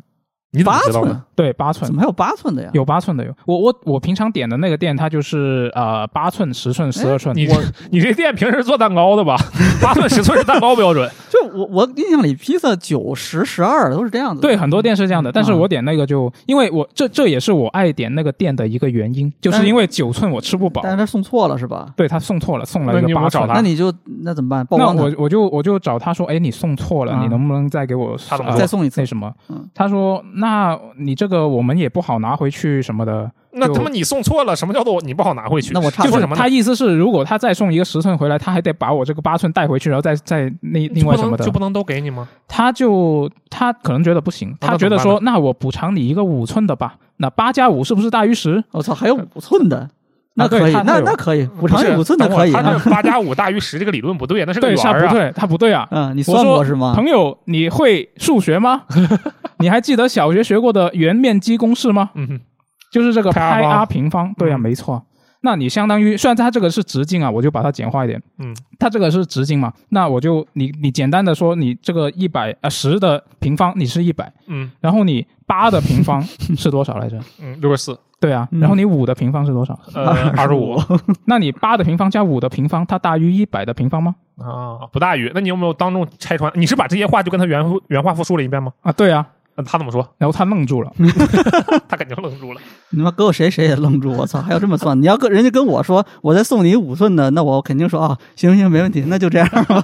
你怎么八知道寸的？对，八寸怎么还有八寸的呀？有八寸的有，我我我平常点的那个店，它就是呃八寸、十寸、十二寸，哎你你这店平时做蛋糕的吧？八寸十寸是蛋糕标准，就我我印象里披萨九十十二都是这样子的。对，很多店是这样的，但是啊我点那个就，因为我这这也是我爱点那个店的一个原因，就是因为九寸我吃不饱但，是他送错了是吧？对他送错了，送了那一你个有没有八找寸他。那你就那怎么办？曝那光他我我就我就找他说，哎，你送错了，啊你能不能再给我他怎么呃说再送一次那什么嗯？他说，那你这个我们也不好拿回去什么的。那就他妈你送错了，什么叫做你不好拿回去？那我差就不是多什么呢他意思是，如果他再送一个十寸回来，他还得把我这个八寸带回去，然后再再那就另外不什能么的就，不能都给你吗？他就他可能觉得不行，那他觉怎得么办说，那我补偿你一个五寸的吧，那八加五是不是大于十？我操，还有五寸的，那啊对可以，他那他有那可以，补偿不是五寸的可以等会儿啊。他这八加五大于十这个理论不对，那是个对，圆他儿不啊。对，他不对啊。嗯，你我算说过是吗？朋友，你会数学 [LAUGHS] 吗？你还记得小学学过的圆面积公式吗？嗯哼，就是这个派 π 阿 r 方平方，对啊，嗯没错。那你相当于，虽然它这个是直径啊，我就把它简化一点。嗯，它这个是直径嘛，那我就你你简单的说，你这个一百呃十的平方你是一百，嗯然后你八的平方是多少来着？嗯，六十四，对啊，嗯然后你五的平方是多少？呃，二十五那你八的平方加五的平方，它大于一百的平方吗？啊，不大于。那你有没有当众拆穿？你是把这些话就跟他原复原话复述了一遍吗？啊，对啊。那他怎么说？然后他愣住嗯了，他肯定愣住了。你妈给我谁谁也愣住，我操，还有这么算？你要跟人家跟我说，我再送你五寸的，那我肯定说啊，行行，没问题，那就这样吧。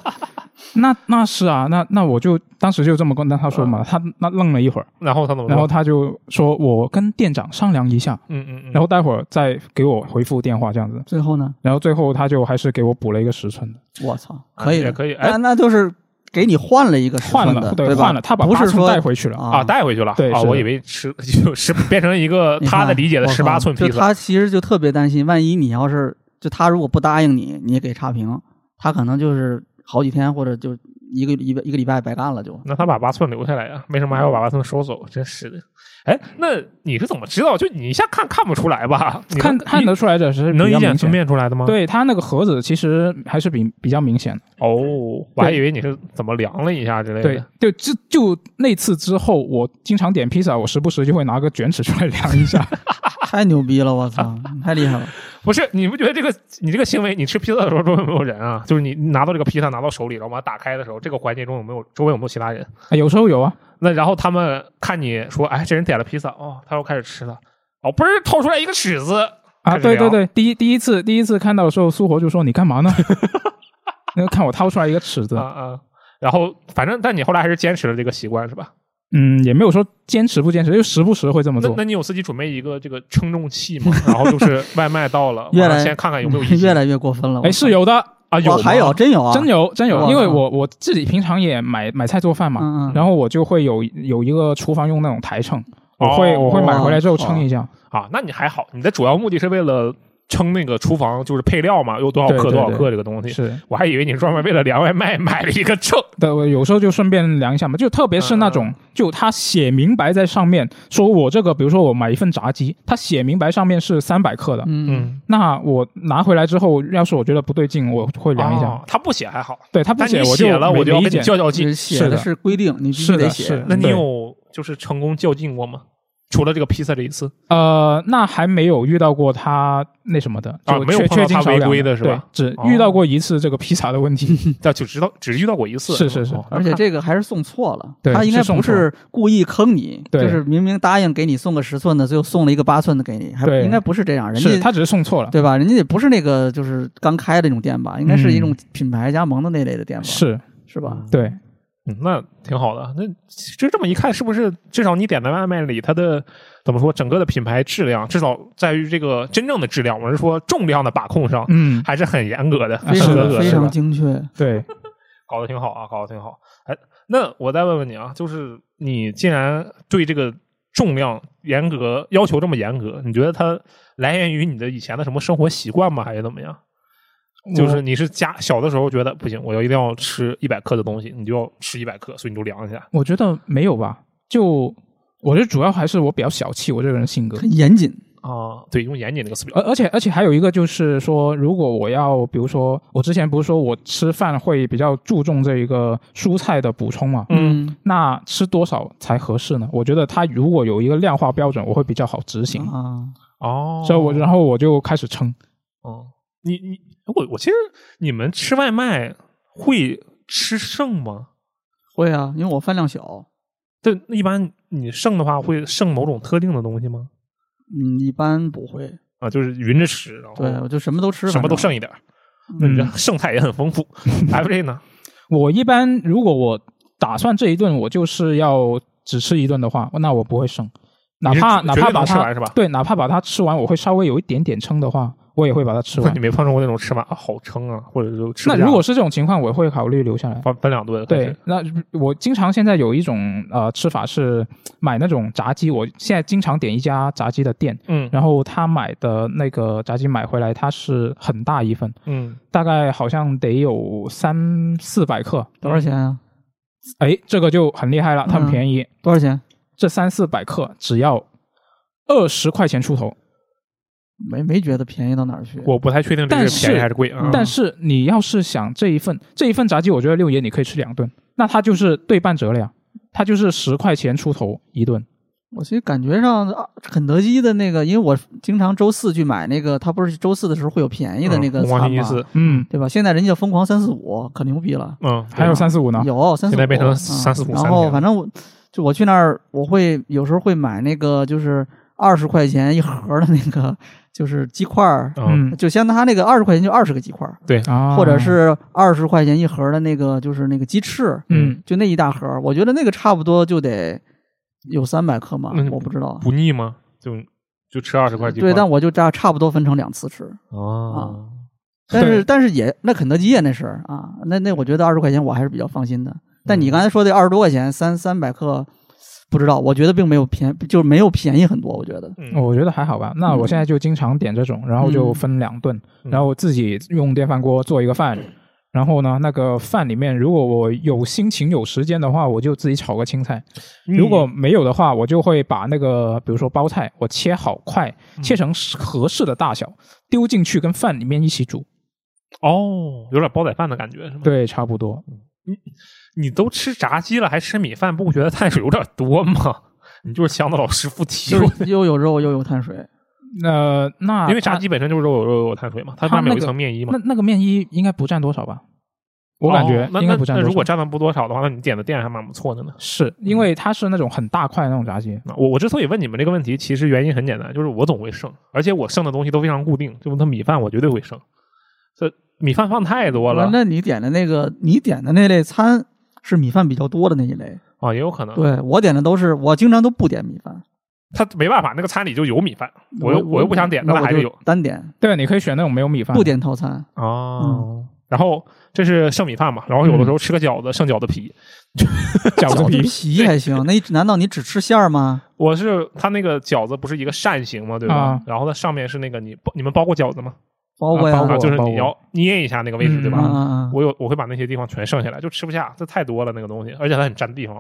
那那是啊，那那我就当时就这么跟他说嗯嘛，他那愣了一会儿，然后他怎么说？然后他就说我跟店长商量一下，嗯嗯嗯，然后待会儿再给我回复电话这样子。最后呢，然后最后他就还是给我补了一个十寸的，我操，可以也的，可以哎那那就是给你换了一个十换寸了的，对吧？换了，他把不八是寸说带回去了。啊，带回去了。对啊，是的我以为十 [LAUGHS] 就是变成一个你他的看理解的我靠十八寸披就萨。他其实就特别担心，万一你要是就他如果不答应你，你给差评，他可能就是好几天或者就一个一个一个礼拜白干了就。那他把八寸留下来呀、为什么还要嗯把八寸收走？真是的。哎，那你是怎么知道？就你一下看看不出来吧？你能看看得出来的是你能比一较眼明分显，辨出来的吗？对他那个盒子其实还是比比较明显的。哦，我还以为你是怎么量了一下之类的。对，就就就那次之后，我经常点披萨，我时不时就会拿个卷尺出来 [LAUGHS] 量一下。太牛逼了，我操，太厉害了！不是，你不觉得这个你这个行为，你吃披萨的时候周围有没有人啊？就是你你拿到这个披萨拿到手里，然后把它打开的时候，这个环境中有没有周围有没有其他人？哎有时候有啊，那然后他们看你说，哎，这人点了披萨，哦，他又开始吃了，哦，嘣儿掏出来一个尺子，啊，开始对对聊对，第一第一次第一次看到的时候，苏活就说：“你干嘛呢？” [LAUGHS] 那个看我掏出来一个尺子啊，啊，然后反正但你后来还是坚持了这个习惯是吧？嗯，也没有说坚持不坚持，就时不时会这么那做那。你有自己准备一个这个称重器吗？ [LAUGHS] 然后就是外卖到了，越晚上来先看看有 [LAUGHS] 没有异 [LAUGHS] 越样来越过分了。我哎，是哦有的，啊，操，有我还有吗真有啊，真有真有，哇因为我我自己平常也买买菜做饭嘛，嗯嗯然后我就会有有一个厨房用那种台秤，哦我会我会买回来之后称一下，啊，那你还好，你的主要目的是为了称那个厨房就是配料嘛，有多少对克对多少对克这个东西。是我还以为你是专门为了量外卖买了一个秤，对，我有时候就顺便量一下嘛，就特别是那种、嗯嗯就他写明白在上面说我这个，比如说我买一份炸鸡，他写明白上面是三百克的，嗯，那我拿回来之后，要是我觉得不对劲，我会量一下，哦他不写还好，对他不但你我就写了没我就要没意跟你见。较较就劲是。写是的是规定，你必须是的得是写的。那你对有就是成功较劲过吗？除了这个披萨这一次，呃，那还没有遇到过他那什么的，啊就没有缺碰到缺斤他少违两规的的是吧对只哦遇到过一次这个披萨的问 [LAUGHS] 题。但就知道只遇到过一次，嗯是是是哦而且这个还是送错了，对他应该是送不是故意坑你，对就是明明答应给你送个十寸的，最后送了一个八寸的给你，还对应该不是这样，人是家他只是送错了，对吧？人家也不是那个就是刚开的那种店吧，应该是一种品牌加盟的那类的店吧，嗯是是吧？对，嗯那挺好的。那这这么一看，是不是至少你点的外卖里，它的怎么说，整个的品牌质量，至少在于这个真正的质量，我是说重量的把控上，嗯，还是很严格的，很非常合啊是格的的非是吧常精确，对，搞得挺好啊，搞得挺好。哎，那我再问问你啊，就是你竟然对这个重量严格要求这么严格，你觉得它来源于你的以前的什么生活习惯吗？还是怎么样？就是你是家小的时候觉得不行，我要一定要吃一百克的东西，你就要吃一百克，所以你就量一下。我觉得没有吧，就我觉得主要还是我比较小气，我这个人性格。很严谨，啊，对，用严谨这个词表而而且而且还有一个就是说，如果我要，比如说我之前不是说我吃饭会比较注重这一个蔬菜的补充嘛，嗯那吃多少才合适呢？我觉得它如果有一个量化标准，我会比较好执行。啊，哦，所以我然后我就开始称，哦，你你我我其实你们吃外卖会吃剩吗？会啊，因为我饭量小，对，那一般你剩的话会剩某种特定的东西吗？嗯，一般不会。啊，就是匀着吃，然后哦对，我就什么都吃，什么都反正剩一点儿，那你嗯这，剩菜也很丰富。F J 呢？我一般如果我打算这一顿我就是要只吃一顿的话，那我不会剩，哪怕你哪是绝怕对把能吃它完是吧？对，哪怕把它吃完，我会稍微有一点点撑的话，我也会把它吃不是完你。没碰上过那种吃完啊好撑啊，或者就吃那不下如果是这种情况，我会考虑留下来。分分两顿，还对是，那我经常现在有一种呃吃法是买那种炸鸡，我现在经常点一家炸鸡的店，嗯然后他买的那个炸鸡买回来，它是很大一份，嗯，大概好像得有三四百克。多少钱啊？哎，这个就很厉害了，它很嗯便宜，多少钱？这三四百克只要二十块钱出头。没没觉得便宜到哪儿去。我不太确定这但是便宜是还是贵嗯啊。但是你要是想这一份这一份炸鸡，我觉得六爷你可以吃两顿，那它就是对半折了呀，它就是十块钱出头一顿。我其实感觉上，啊肯德基的那个，因为我经常周四去买那个，它不是周四的时候会有便宜的那个嗯餐红吗？黄星期四，嗯，对吧？现在人家疯狂三四五，可牛逼了，嗯，还有三四五呢。有三四现五，在变成嗯345然三后天反正我就我去那儿，我会有时候会买那个，就是二十块钱一盒的那个，就是鸡块儿，嗯就相当于它那个二十块钱就二十个鸡块儿，啊，或者是二十块钱一盒的那个，就是那个鸡翅，嗯，就那一大盒，我觉得那个差不多就得有三百克嘛嗯，我不知道。不腻吗？就就吃二十块鸡块对，但我就差差不多分成两次吃，哦，嗯但对是但是也那肯德基啊那是啊，那那我觉得二十块钱我还是比较放心的。但你嗯刚才说的二十多块钱三三百克，不知道，我觉得并没有便就是没有便宜很多，我觉 [LAUGHS] 得嗯哦我觉得还好吧。那我现在就经常点这种，然后就分两顿，嗯然后自己用电饭锅做一个饭。然后呢，那个饭里面，如果我有心情、有时间的话，我就自己炒个青菜；嗯如果没有的话，我就会把那个，比如说包菜，我切好块，嗯切成合适的大小，丢进去跟饭里面一起煮。哦，有点煲仔饭的感觉是吗？，对，差不多。嗯你都吃炸鸡了，还吃米饭，不觉得碳水有点多吗？你就是箱子老师傅提就过，是又有肉又有碳水，那、那因为炸它鸡本身就是肉有肉有碳水嘛，它它上面有一啊那个层面衣嘛那。那个面衣应该不占多少吧？我感觉哦那应该那不占那多少。如果嗯占了不多少的话，那你点的店还蛮不错的呢。是因为它是那种很大块的那种炸鸡，那我我之所以问你们这个问题，其实原因很简单，就是我总会剩，而且我剩的东西都非常固定，就它米饭我绝对会剩，这米饭放太多哦了那你点的那个你点的那类餐是米饭比较多的那一类，啊，也有可能。对我点的都是我经常都不点米饭，他没办法，那个餐里就有米饭，我又我又不想点，那但我还是就有单点对，你可以选那种没有米饭的。不点套餐，哦。然后这是剩米饭嘛，然后有的时候吃个饺子，剩饺子 [LAUGHS] 皮，饺子皮，皮还 [LAUGHS] 行，那你难道你只吃馅儿吗？我是它那个饺子不是一个扇形嘛，对吧？啊然后它上面是那个你你们包过饺子吗？包括啊呀，包啊，过就是包你过要捏一下那个位置，嗯对啊吧？啊啊！我有我会把那些地方全剩下来，就吃不下，这太多了那个东西，而且它很占地方，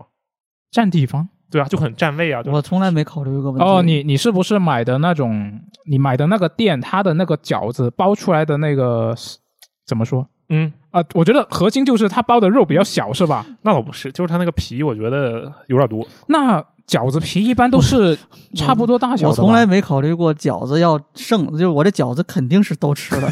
占地方。对啊，就很占位啊，就我从来没考虑过问题。哦，你你是不是买的那种？你买的那个店，它的那个饺子包出来的那个怎么说嗯，啊、我觉得核心就是它包的肉比较小，[LAUGHS] 是吧？那倒不是，就是它那个皮我觉得有点多，那饺子皮一般都是差不多大小我的吧从来没考虑过饺子要剩，就是我这饺子肯定是都吃的，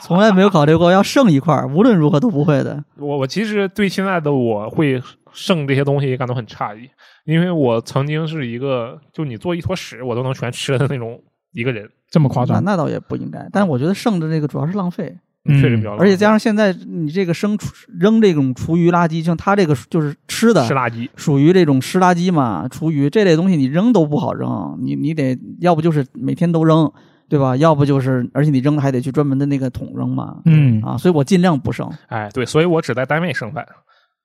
从来没有考虑过要剩一块儿，无论如何都不会的。我我其实对现在的我会剩这些东西感到很诧异，因为我曾经是一个就你做一坨屎我都能全吃的那种一个人，这么夸那张，那倒也不应该，但我觉得剩的这个主要是浪费，嗯确实比较浪费，而且加上现在你这个生厨扔这种厨余垃圾，像它这个就是吃的吃，垃圾，属于这种湿垃圾嘛，厨余这类东西你扔都不好扔，你你得要不就是每天都扔，对吧？要不就是而且你扔的还得去专门的那个桶扔嘛，嗯啊，所以我尽量不剩。哎，对，所以我只在单位剩饭，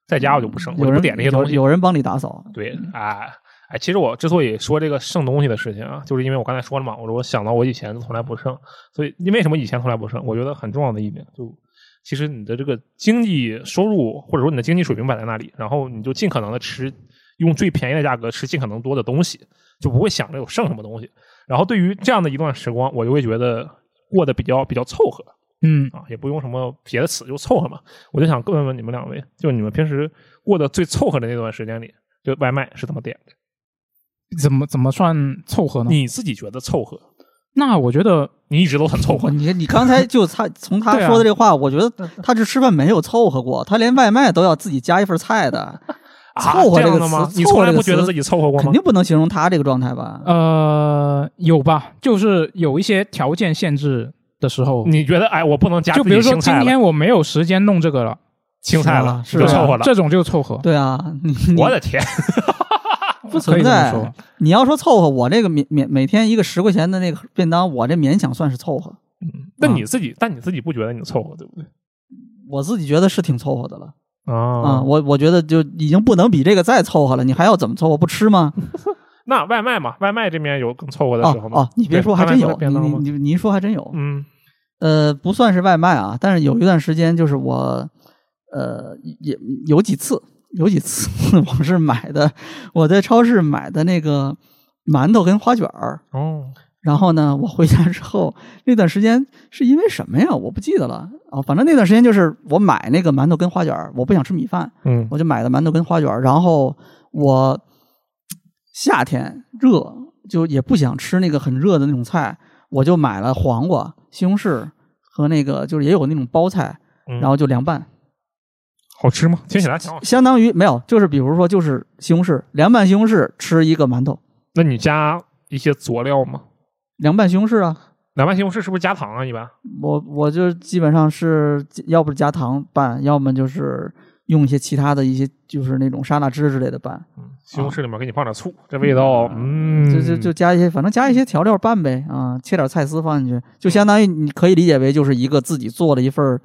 在家我就不剩，我嗯有就不人点那些东有西。有人帮你 [LAUGHS] 打扫，对，哎哎，其实我之所以说这个剩东西的事情啊，就是因为我刚才说了嘛，我说我想到我以前从来不剩，所以因为什么以前从来不剩？我觉得很重要的一点就，其实你的这个经济收入或者说你的经济水平摆在那里，然后你就尽可能的吃，用最便宜的价格吃尽可能多的东西，就不会想着有剩什么东西。然后对于这样的一段时光，我就会觉得过得比较比较凑合。嗯，啊，也不用什么别的词，就凑合嘛。我就想问问你们两位，就你们平时过得最凑合的那段时间里，这外卖是怎么嗯点的？怎么怎么算凑合呢？你自己觉得凑合？那我觉得你一直都很凑合哇，你你刚才就他从他对啊说的这话，我觉 [LAUGHS] 得他这吃饭没有凑合过，他连外卖都要自己加一份菜的，啊，凑合这这样个的吗？词你凑合从来这个不觉得词自己凑合过肯吗？哦定不能形容他这个状态吧？呃有吧，就是有一些条件限制的时候，你觉得哎，我不能加就自己比如说青今菜了，天我没有时间弄这个了，青菜是了啊是就啊凑合了。这种就凑合，对啊，你我的天，哦不可存以这么在。说。你要说凑合，我这个每每每天一个十块钱的那个便当，我这勉强算是凑合。但你自己，但你自己不觉得你凑合，对不对？我自己觉得是挺凑合的了啊、啊我我觉得就已经不能比这个再凑合了，你还要怎么凑合？不吃吗？那外卖嘛，外卖这边有更凑合的哦时候吗？哦，你别对说，还外卖不真是有，你便当你吗？你你一说还真有。嗯呃，不算是外卖啊，但是有一段时间就是我，呃，也有几次，有几次 [LAUGHS] 我是买的，我在超市买的那个馒头跟花卷儿，哦，然后呢，我回家之后那段时间是因为什么呀？我不记得了啊，反正那段时间就是我买那个馒头跟花卷儿，我不想吃米饭，嗯我就买的馒头跟花卷儿，然后我夏天热就也不想吃那个很热的那种菜，我就买了黄瓜、西红柿和那个就是也有那种包菜，嗯，然后就凉拌，好吃吗？听起来挺好吃。相当于没有，就是比如说就是西红柿凉拌西红柿吃一个馒头，那你加一些佐料吗？凉拌西红柿啊，凉拌西红柿是不是加糖啊？一般我我就基本上是要不是加糖拌，要么就是用一些其他的一些就是那种沙拉汁之类的拌，西红柿里面给你放点醋，这味道，嗯，就就就加一些，反正加一些调料拌呗啊，切点菜丝放进去，就相当于你可以理解为就是一个自己做的一份儿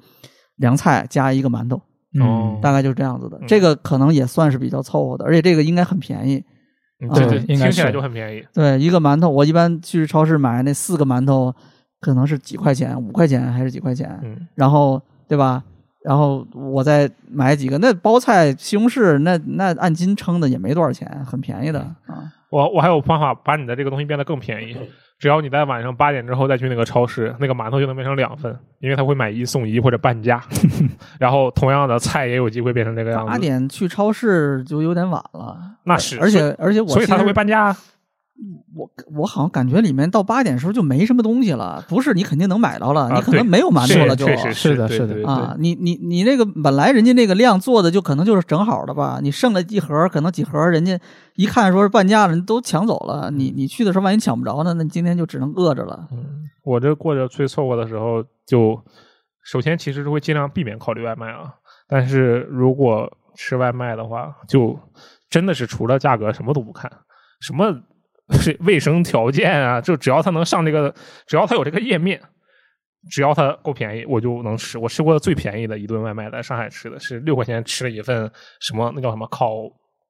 凉菜加一个馒头，哦大概就是这样子的嗯。这个可能也算是比较凑合的，而且这个应该很便宜。嗯啊对对，应该听起来是就很便宜。对，一个馒头，我一般去超市买那四个馒头，可能是几块钱，五块钱还是几块钱，嗯，然后对吧？然后我再买几个，那包菜、西红柿，那那按斤称的也没多少钱，很便宜的嗯啊。我我还有方法把你的这个东西变得更便宜，只要你在晚上八点之后再去那个超市，那个馒头就能变成两份，因为它会买一送一或者半 [LAUGHS] 价，然后同样的菜也有机会变成这个样八子。点去超市就有点晚了，那啊是，啊而所且而且我以所以其它才实会半价啊。我我好像感觉里面到八点时候就没什么东西了，不是你肯定能买着了，啊你可能对没有馒头了是就。确实是的对是的对对啊，你你你那个本来人家那个量做的就可能就是正好的吧，你剩了一盒，可能几盒，人家一看说是半价了，人都抢走了。嗯你你去的时候万一抢不着呢，那你今天就只能饿着了。我这过着最凑合的时候，就首先其实是会尽量避免考虑外卖啊，但是如果吃外卖的话，就真的是除了价格什么都不看，什么 [LAUGHS] 是卫生条件啊，就只要它能上这个，只要它有这个页面。只要它够便宜，我就能吃。我吃过最便宜的一顿外卖，在上海吃的是六块钱吃了一份什么那叫什么烤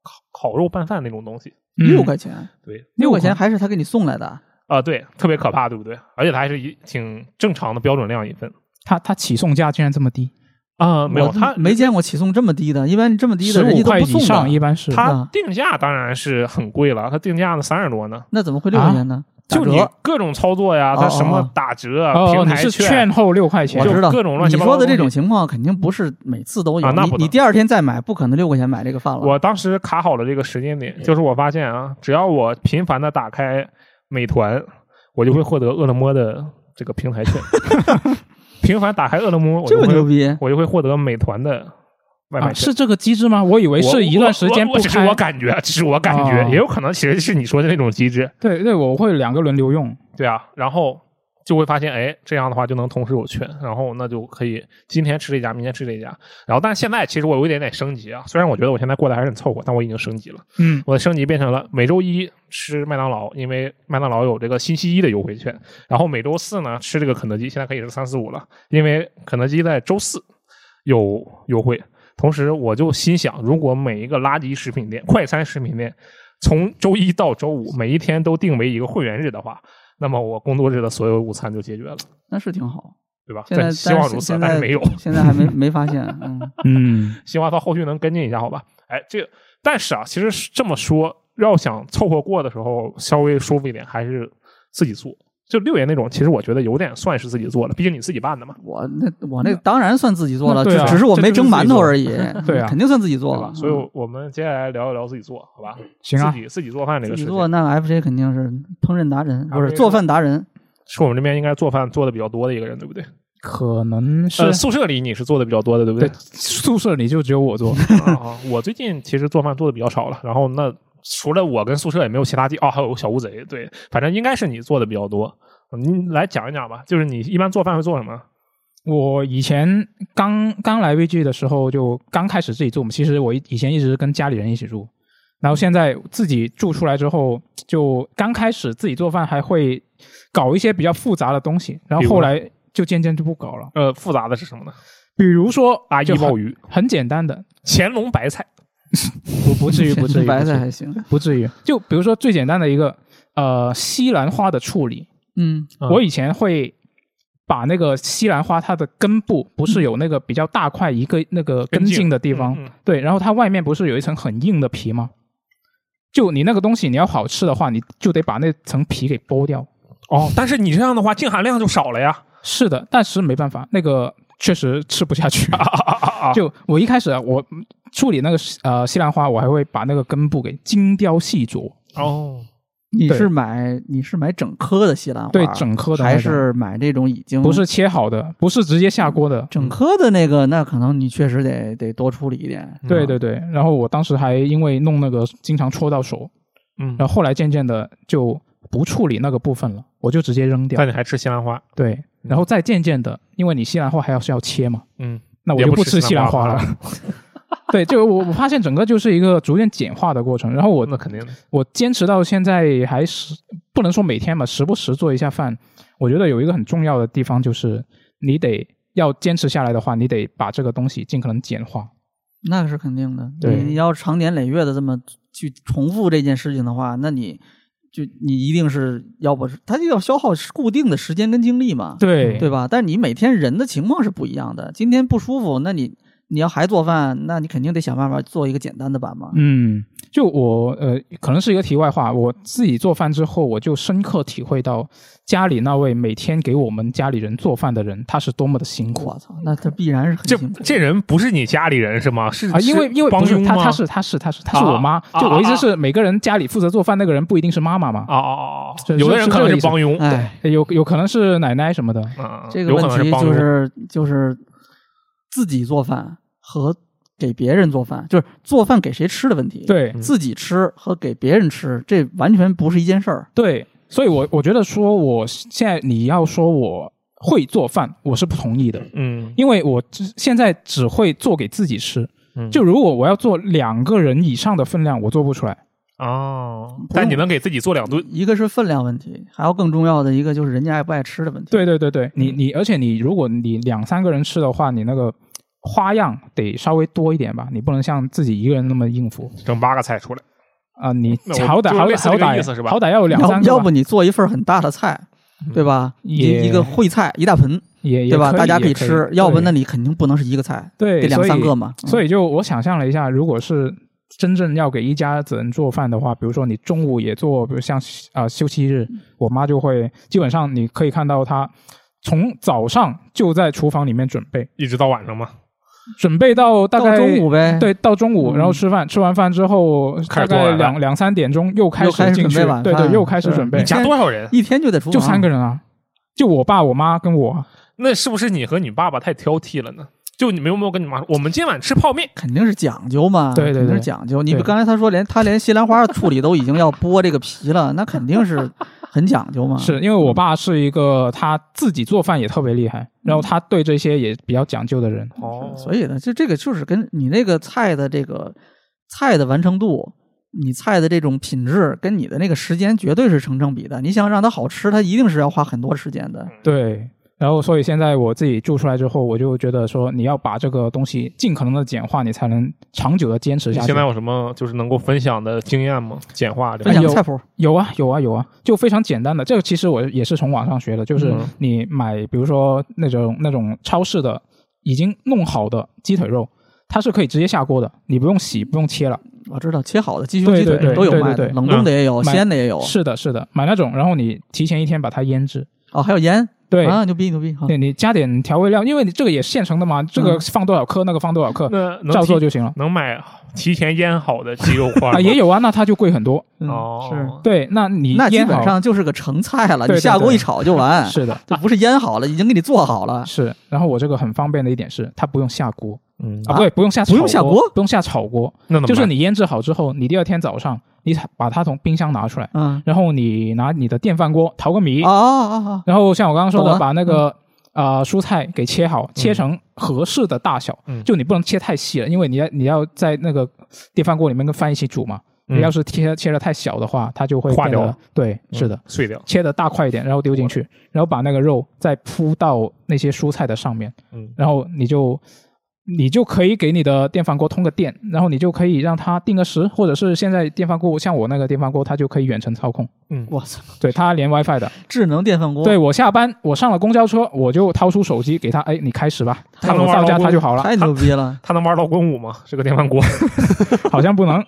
烤烤肉拌饭那种东西。嗯六块钱，对，六块六钱还是他给你送来的，啊、对，特别可怕，对不对？而且它还是一挺正常的标准量一份。他他起送价竟然这么低，啊、没有我嗯他没见过起送这么低的，一般这么低的十人五家都块不以送上的，一般是他啊定价当然是很贵了，他定价呢三十多呢。那怎么会六块钱呢？啊打就折你各种操作呀，哦他什哦么哦打折、啊、哦，平你台是券后六块钱我，知道就各种乱七八糟你说的这种东情况肯定不是每次都有，啊那不你能你第二天再买，不可能六块钱买这个饭了。我当时卡好了这个时间点，就是我发现啊，只要我频繁的打开美团，我就会获得饿了么的这个平台 [LAUGHS] 券。频繁打开饿了么，我这就么牛会逼，我就会获得美团的外卖啊，券。是这个机制吗？我以为我是一段时间我我不我只是开我，感觉，只是我感觉，哦也有可能其实是你说的那种机制。对对，我会两个轮流用，对啊，然后就会发现，哎，这样的话就能同时有券，然后那就可以今天吃这家，明天吃这家。然后，但是现在其实我有一点点升级啊，虽然我觉得我现在过得还是很凑合，但我已经升级了。嗯，我的升级变成了每周一吃麦当劳，因为麦当劳有这个星期一的优惠券。然后每周四呢吃这个肯德基，现在可以是三四五了，因为肯德基在周四有优惠。同时，我就心想，如果每一个垃圾食品店、快餐食品店从周一到周五每一天都定为一个会员日的话，那么我工作日的所有午餐就解决了，那是挺好。对吧？现在但希望如此，但但是没有。 [LAUGHS] 现在还没没发现。嗯，嗯，希望到后续能跟进一下，好吧？哎，这个但是啊，其实是这么说，要想凑合过的时候稍微舒服一点，还是自己做。就六爷那种，其实我觉得有点算是自己做了，毕竟你自己办的嘛，我那我那当然算自 [LAUGHS] 己做了，那对啊只只是我没蒸馒头而已。嗯对啊肯定算自己做对了吧。？嗯所以我们接下来聊一聊自己做，好吧？行啊自，己自己做饭这自个己事做情，那 FJ 肯定是烹饪达人，啊不是这个做饭达人。是我们这边应该做饭做的比较多的一个人，对不对？可能是呃，宿舍里你是做的比较多的，对不对宿舍里就只有我做，啊，我最近其实做饭做的比较少了，然后那除了我跟宿舍也没有其他地哦，还有小乌贼，对，反正应该是你做的比较多，您来讲一讲吧，就是你一般做饭会做什么？我以前刚刚来 VG 的时候，就刚开始自己住嘛。其实我以前一直跟家里人一起住，然后现在自己住出来之后，就刚开始自己做饭还会搞一些比较复杂的东西，然后后来就渐渐就不搞了。呃，复杂的是什么呢？比如说阿姨就很鲍鱼、很简单 [LAUGHS] 的，乾隆白菜，不不至 [LAUGHS] 于不至于白不至菜于还行。不至于。就比如说最简单的一个呃西兰花的处理，嗯嗯我以前会把那个西兰花它的根部不是有那个比较大块一个那个根茎的地方，嗯嗯对，然后它外面不是有一层很硬的皮吗？就你那个东西，你要好吃的话，你就得把那层皮给剥掉。哦，但是你这样的话，净含量就少了呀。是的，但是没办法，那个确实吃不 [LAUGHS] 下去。啊啊啊啊！就我一开始啊我处理那个呃西兰花，我还会把那个根部给精雕细琢，哦，你对是买你是买整颗的西兰花，对整颗的那还种是买这种已经不是切好的，不是直接下锅的，整颗的那个？那可能你确实得得多处理一点。对对对，然后我当时还因为弄那个经常戳到手，嗯，然后后来渐渐的就不处理那个部分了，我就直接扔掉但。你还吃西兰花，对，然后再渐渐的，因为你西兰花还要是要切嘛，嗯，那我也就不吃吃西西兰兰花花了。 [LAUGHS] 对，就我我发现整个就是一个逐渐简化的过程。然后我那肯定的。我坚持到现在还是不能说每天吧，时不时做一下饭。我觉得有一个很重要的地方就是，你得要坚持下来的话，你得把这个东西尽可能简化。那是肯定的。对你你要长年累月的这么去重复这件事情的话，那你就你一定是要不是它就要消耗固定的时间跟精力嘛，对对吧？但你每天人的情况是不一样的，今天不舒服，那你你要还做饭，那你肯定得想办法做一个简单的版嘛。嗯，就我呃，可能是一个题外话。我自己做饭之后，我就深刻体会到家里那位每天给我们家里人做饭的人，他是多么的辛苦我操，那他必然是很这辛苦。哎这人不是你家里人是吗？嗯是啊！因为因为帮不是佣他，吗他是他是他是他是我妈。啊就我意啊思是，每个人家里负责做饭那个人不一定是妈妈嘛，哦哦哦哦，是有的人是可能这个是意思帮佣，哎，有有可能是奶奶什么的。嗯，这个有可问能题帮就佣是就是自己做饭和给别人做饭，就是做饭给谁吃的问题。。对嗯自己吃和给别人吃，这完全不是一件事儿。对，所以我我觉得说，我现在你要说我会做饭，我是不同意的，嗯，因为我只现在只会做给自己吃。嗯就如果我要做两个人以上的分量，我做不出来。哦，但你能给自己做两顿，一个是分量问题，还有更重要的一个就是人家爱不爱吃的问题。对对对对，嗯你你，而且你如果你两三个人吃的话，你那个花样得稍微多一点吧，你不能像自己一个人那么应付整八个菜出来。啊、你嗯那我好歹就是好类歹似好这个意思是歹吧好歹要有两要三个吧，要不你做一份很大的菜，对吧？也一一个烩菜，一大盆，也也对吧？可以大家也可以可吃。要不对那你肯定不能是一个菜，对得两三个嘛。嘛。嗯所以就我想象了一下，如果是真正要给一家子人做饭的话，比如说你中午也做，比如像啊、呃休息日，嗯我妈就会基本上你可以看到她从早上就在厨房里面准备，一直到晚上嘛，准备到大到概中午呗，，对，到中午，嗯然后吃饭，吃完饭之后，开始大做晚饭概两两三点钟又开又开始始进准去备晚，对饭对，又开始是准备你，家多少人？一天就得出就三个人。人啊，就我爸、我妈跟我，那是不是你和你爸爸太挑剔了呢？就你们有没有跟你妈说，我们今晚吃泡面？肯定是讲究嘛，对对对肯定是讲究。你对刚才他说连他连西兰花处理都已经要剥这个皮 [LAUGHS] 了，那肯定是很讲究嘛。是因为嗯我爸是一个他自己做饭也特别厉害，然嗯后他对这些也比较讲究的人，哦所以呢，就这个就是跟你那个菜的这个菜的完成度，你菜的这种品质跟嗯你的那个时间绝对是成正比的。你想让它好吃，它一定是要花很多时间的。对。然后，所以现在我自己做出来之后，我就觉得说，你要把这个东西尽可能的简化，你才能长久的坚持你下去。现在有什么就是能够分享的经验吗？简化这个，分享有菜谱，有啊，有啊，有啊，就非常简单的。这个其实我也是从网上学的，就是嗯你买，比如说那种那种超市的已经弄好的鸡腿肉，它是可以直接下锅的，你不用洗，不用切了。我知道切好的鸡胸、对鸡对腿对都有对对卖的，对冷冻的也有，嗯买鲜的也有。是的，是的，买那种，然后你提前一天把它腌制。哦，还有盐对，啊，牛逼牛逼哈！对你加点调味料，因为你这个也是现成的嘛，这个放多少克，那个放多少克，那能照做提就行了。能买提前腌好的鸡肉块啊，也有有啊，那它就贵很多。嗯哦，是，对，那你那基腌好本上就是个成菜了，对你对下锅对一炒就 [LAUGHS] 完，是的，就不是腌好了，已经给你做好了。是。然后我这个很方便的一点是，它不用下锅嗯，啊，不对，不用下不用炒下锅不用下炒锅，那怎么就是办你腌制好之后，你第二天早上你把它从冰箱拿出来，嗯，然后你拿你的电饭锅淘个米哦，哦哦哦，然后像我刚刚说懂了嗯的，把那个啊蔬菜给切好，切成合适的大小嗯，就你不能切太细了，因为你要你要在那个电饭锅里面跟饭一起煮嘛。嗯你要是切切的太小的话，它就会化变得掉了。对，嗯是的，碎掉，切的大块一点，然后丢进去，然后把那个肉再铺到那些蔬菜的上面，嗯然后你就你就可以给你的电饭锅通个电，然后你就可以让它定个时，或者是现在电饭锅像我那个电饭锅，它就可以远程操控，嗯，我操，对，它连 WiFi 的。智能电饭锅，对我下班，我上了公交车，我就掏出手机给他，哎，你开始吧，他能我玩到到家公他就好了，太牛逼了。它能玩到滚五吗？这个电饭锅，好像不能。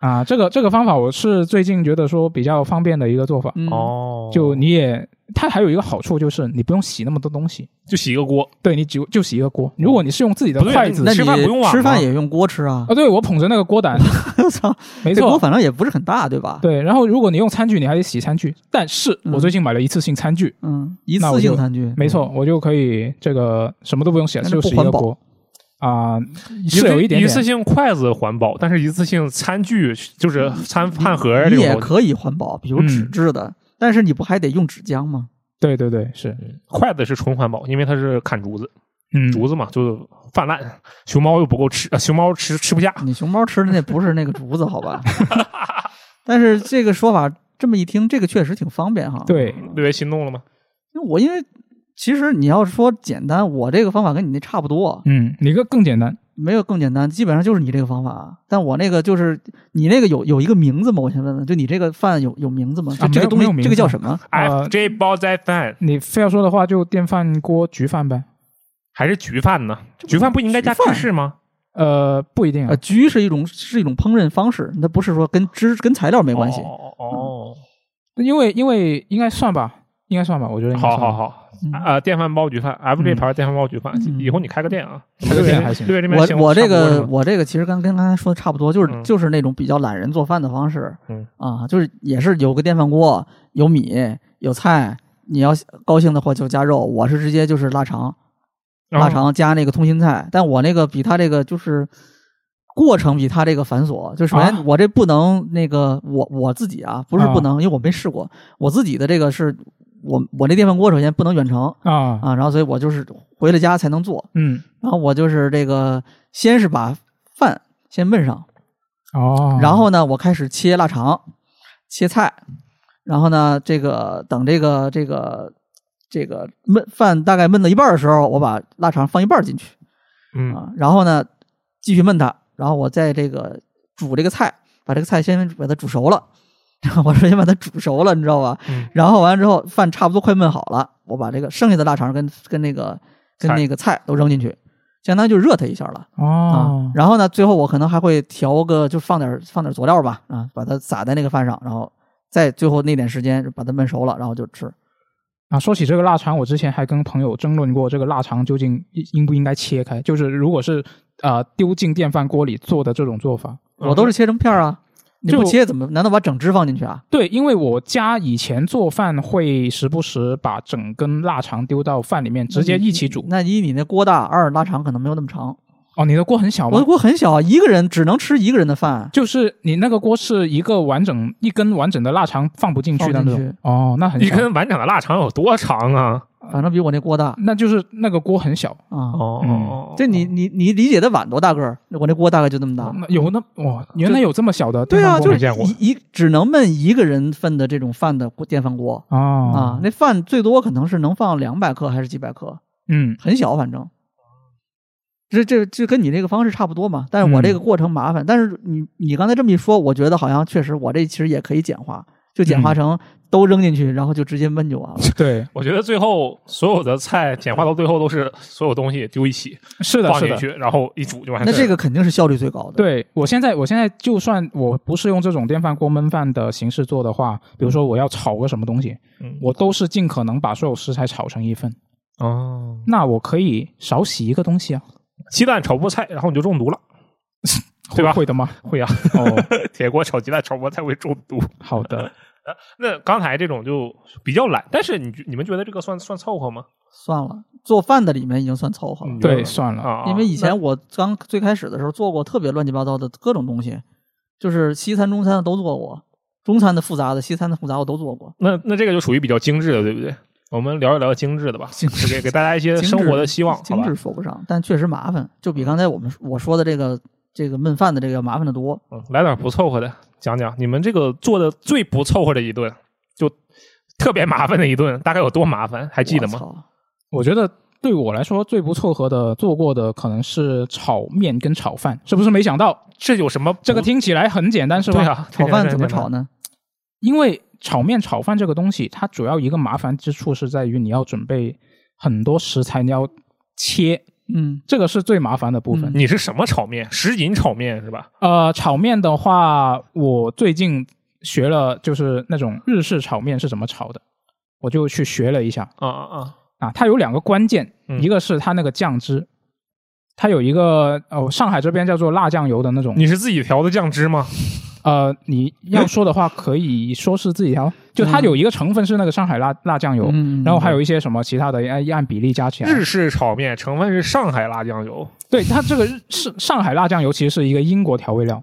啊，这个这个方法我是最近觉得说比较方便的一个做法，嗯，哦就你也它还有一个好处就是你不用洗那么多东西，就洗一个锅，对你只就洗一个锅。如果你是用自己的不对筷哦子那你吃饭不用碗吗呃吃饭也用锅吃啊啊，？对我捧着那个 [LAUGHS] 锅胆，我操，没这锅错，反正也不是很大，对吧？对。然后如果你用餐具，你还得洗餐具，但是嗯我最近买了一次性餐具，嗯，一那我次就性餐具，嗯没错，我就可以这个什么都不用洗了，那就就不洗一环个保锅。啊，是有一点一点次性筷子环保，但是一次性餐具就是餐饭盒这嗯你种也东西，可以环保，比如纸嗯质的，但是你不还得用纸浆吗？对对对，是，筷子是纯环保，因为它是砍竹子，嗯，竹子嘛就泛滥，熊猫又不够吃，呃熊猫吃吃不下，你熊猫吃的那不是那个竹子，好吧？ [LAUGHS] 但是这个说法这么一听，这个确实挺方便哈。，对，略微心动了吗？我因为其实你要说简单，我这个方法跟你那差不多，嗯，你个更简单，没有更简单，基本上就是你这个方法。啊但我那个就是你那个有有一个名字吗？我先问问，就你这个饭有有名字吗？就啊这没个有东没有西，名这个字叫什啊么？哎呃 FJ 煲仔饭你非要说的话就电饭锅焗饭呗，还是焗饭呢？焗饭不应该加焗芝饭士吗？呃，不一定呃，啊，焗是一种是一种烹饪方式，那不是说跟汁跟材料没没关系。哦哦呃因为因为应该算吧，应该算吧，我觉得哦，应该好算好好，嗯啊，电饭煲焗饭，FJ 嗯牌电饭煲焗饭，嗯以后你开个店啊，开个店还行对这边我行我这差不多是个吧我这个其实刚跟刚才说的差不多，就是、嗯就是那种比较懒人做饭的方式，嗯啊，就是也是有个电饭锅，有米有菜，你要高兴的话就加肉，我是直接就是腊肠，腊啊肠加那个通心菜，但我那个比他这个就是。过程比他这个繁琐，就首啊先我这不能那个我我自己啊，不是不能，因为我没试过，我自己的这个是我我那电饭锅首先不能远程啊，啊，然后所以我就是回了家才能做，嗯，然后我就是这个，先是把饭先焖上，哦，然后呢，我开始切腊肠、切菜，然后呢，这个等这个这个这个焖饭大概焖到一半儿的时候，我把腊肠放一半儿进去嗯啊，然后呢继续焖它，然后我再这个煮这个菜，把这个菜先把它煮熟了， [LAUGHS] 我说先把它煮熟了，你知道吧？嗯然后完了之后，饭差不多快焖好了，我把这个剩下的腊肠跟跟那个跟菜那个菜都扔进去，相当于就热它一下了。啊哦，，然后呢，最后我可能还会调个，就放点儿放点儿佐料吧，啊，把它撒在那个饭上，然后再最后那点时间把它焖熟了，然后就吃。啊，说起这个腊肠，我之前还跟朋友争论过，这个腊肠究竟应应不应该切开，就是如果是啊丢进电饭锅里做的这种做法，嗯我都是切成片儿啊，你不就切怎么？难道把整只放进去啊？对，因为我家以前做饭会时不时把整根腊肠丢到饭里面，直嗯接一起煮。那一你那锅大，二拉长可能没有那么长。哦，你的锅很小我吗的？锅很小，啊一个人只能吃一个人的饭。就是你那个锅是一个完整一根完整的腊肠放不进去的放不那进种。哦，那很一小。根完整的腊肠有多长啊？反正比我那锅大那就是那个锅很小，啊。哦哦嗯哦，这你你你理解的碗多大个儿？我那锅大概就那么大。那有那哇，原来有这么小的对啊，电饭锅就是没见过一一只能焖一个人份的这种饭的锅电饭锅啊啊，，那饭最多可能是能放两百克还是几百克，嗯很小，反正。这这这跟你这个方式差不多嘛，但是我嗯这个过程麻烦。但是你你刚才这么一说，我觉得好像确实我这其实也可以简化，就简化成都扔进去，然后就直接焖就完 [LAUGHS] 了。对，我觉得最后所有的菜简化到最后都是所有东西丢一起是的，放是进的，去，然后一煮就完事那儿。这个肯定是效率最高的。对我现在，我现在就算我不是用这种电饭锅焖饭的形式做的话，比如说我要炒个什么东西，嗯我都是尽可能把所有食材炒成一份。哦，那我可以少洗一个东西啊，鸡蛋炒菠菜，然后你就中毒了。 [LAUGHS] 对会吧会的吗？会啊，哦， [LAUGHS] 铁锅炒鸡蛋炒菠菜会中毒。好的，那刚才这种就比较懒，但是你觉你们觉得这个算算凑合吗？算了，做饭的里面已经算凑合了。嗯对，算了，啊，因为以那前我刚最开始的时候做过特别乱七八糟的各种东西，就是西餐、中餐的都做过，中餐的复杂的、西餐的复杂我都做过。那那这个就属于比较精致的，对不对？我们聊一聊精致的吧，精致给给大家一些精致生活的希望，好精吧致？说不上，但确实麻烦，就比刚才我们我说的这个这个焖饭的这个要麻烦的多。嗯，来点不凑合的，讲讲你们这个做的最不凑合的一顿，就特别麻烦的一顿，大概有多麻烦？还记得我吗？操？我觉得对我来说最不凑合的做过的可能是炒面跟炒饭，是不是？没想到这有什么不？这个听起来很简单，是吧？对啊，炒饭怎么炒呢？呢？因为炒面、炒饭这个东西，它主要一个麻烦之处是在于你要准备很多食材，你要切，嗯，这个是最麻烦的部分。你是什么炒面？什锦炒面是吧？呃，炒面的话，我最近学了，就是那种日式炒面是怎么炒的，我就去学了一下啊啊啊！啊。它有两个关键，嗯一个是它那个酱汁，它有一个哦，上海这边叫做辣酱油的那种。你是自己调的酱汁吗？呃，你要说的话，可以说是自己调，就它有一个成分是那个上海辣辣酱油，嗯然后还有一些什么其他的按按比例加起啊来。日式炒面成分是上海辣酱油，对它这个日是上海辣酱油其实是一个英国调味料，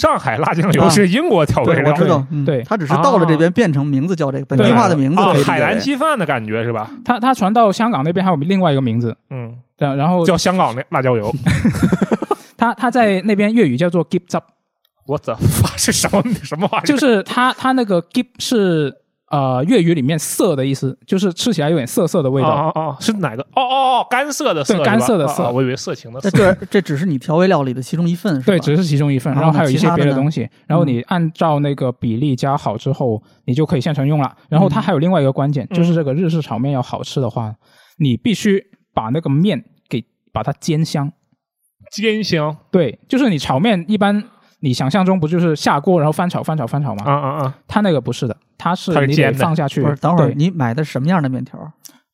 上海辣酱油是英国调味啊对料，我知道，嗯对他只是到了这边变成名字叫这个本地化的名字啊可以理解为，海南鸡饭的感觉是吧？它它传到香港那边还有另外一个名字，嗯，然然后叫香港的辣椒 [LAUGHS] 油。它它在那边粤语叫做 “give up”，我操，是什么什么玩意儿？就是它它那个 “give” 是呃粤语里面涩的意思，就是吃起来有点涩涩的味道。哦哦哦，是哪个？哦哦哦，干涩的涩是吧，对干涩的涩啊啊我以为色情的那涩。这这只是你调味料里的其中一份，是吧？对，只是其中一份，然然后后还有呢一其些他别的的呢嗯东西，然后你按照那个比例加好之后，你就可以现成用了。然后它嗯还有另外一个关键，就是这个日式炒面要好吃的话，你必须把那个面给把它煎香。煎香对，就是你炒面一般你想象中不就是下锅然后翻炒翻炒翻炒吗？啊啊啊！它那个不是的，它是它是你煎得的放下去。不是，等会儿对你买的什么样的面条？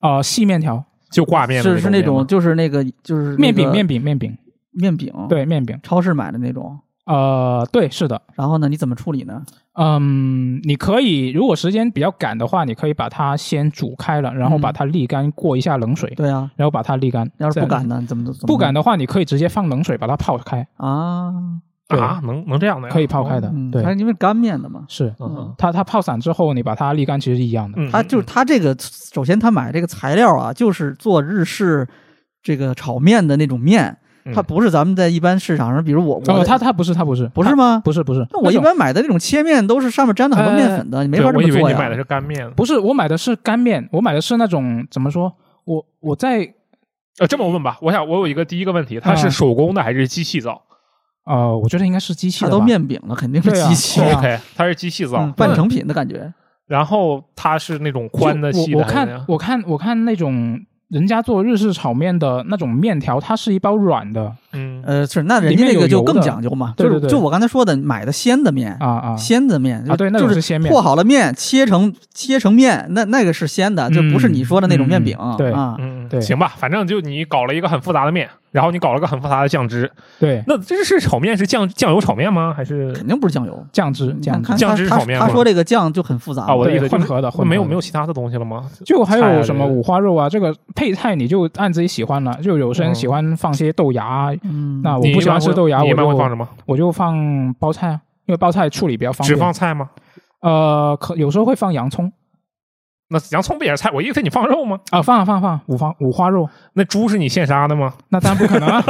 呃细面条、就挂面的是是那那种就是那个就是面饼、那个面饼、面饼，面饼，，对面饼。超市买的那种。呃，对，是的，然后呢，你怎么处理呢？嗯，你可以，如果时间比较赶的话，你可以把它先煮开了，然后把它沥干，过一下冷水，对啊，然后把它沥干。嗯要是再不敢呢，你怎么怎么不敢的话，你可以直接放冷水把它泡开，啊？种啊，能能这样的呀？可以泡开的。嗯，它对，因为干面的嘛，是嗯嗯它它泡散之后，你把它沥干，其实是一样的。嗯，他就是他这个，首先他买这个材料啊，就是做日式这个炒面的那种面，嗯它不是咱们在一般市场上，比如我哦，我它它不是，它不是，不是它吗？不是不是。那我那一种般买的那种切面都是上面沾了很多面粉的，你没哎对法这我以么为做你呀。买的是干面，不是我买的是干面，我买的是那种怎么说？我我在呃，这么问吧，我想我有一个第一个问题，它是嗯手工的还是机器造呃，我觉得应该是机器它的都吧面饼了，肯定是对啊机器对啊？OK，它哦是机器造嗯，半成品的感觉。然后它是那种宽的、就细的我我还是怎看样，我看我看那种人家做日式炒面的那种面条，它是一包软的嗯，呃，是那人里家那面有个就油更的讲究嘛，对就是对对就我刚才说的，买的鲜的面，啊啊鲜的面啊，对，那就种是是鲜面和。好了面，切成切成面，那那个是鲜的，就不是你说的那种面饼。嗯对啊，嗯，对行吧，反正就你搞了一个很复杂的面，然后你搞了个很复杂的酱汁。对，那这是炒面是酱酱油炒面吗？还是肯定不是酱油。酱汁你酱看汁嗯看酱他汁他炒面他吗说这个酱就很复杂啊？我的对意思就是混合的混合的没有没有其他的东西了吗？就还菜啊有什么这个五花肉啊，这个配菜你就按自己喜欢了。就有些人喜欢放些豆芽啊，嗯，那我哦你不喜欢一般会吃豆芽，你一我般会就放什么？我就放包菜啊，因为包菜处理比较方只便。放菜吗？呃，可有时候会放洋葱，那洋葱不也是菜？我一个给你放肉吗？啊，放了放了放了，五花五花肉，那猪是你现杀的吗？那当然不可能 [LAUGHS] 啊！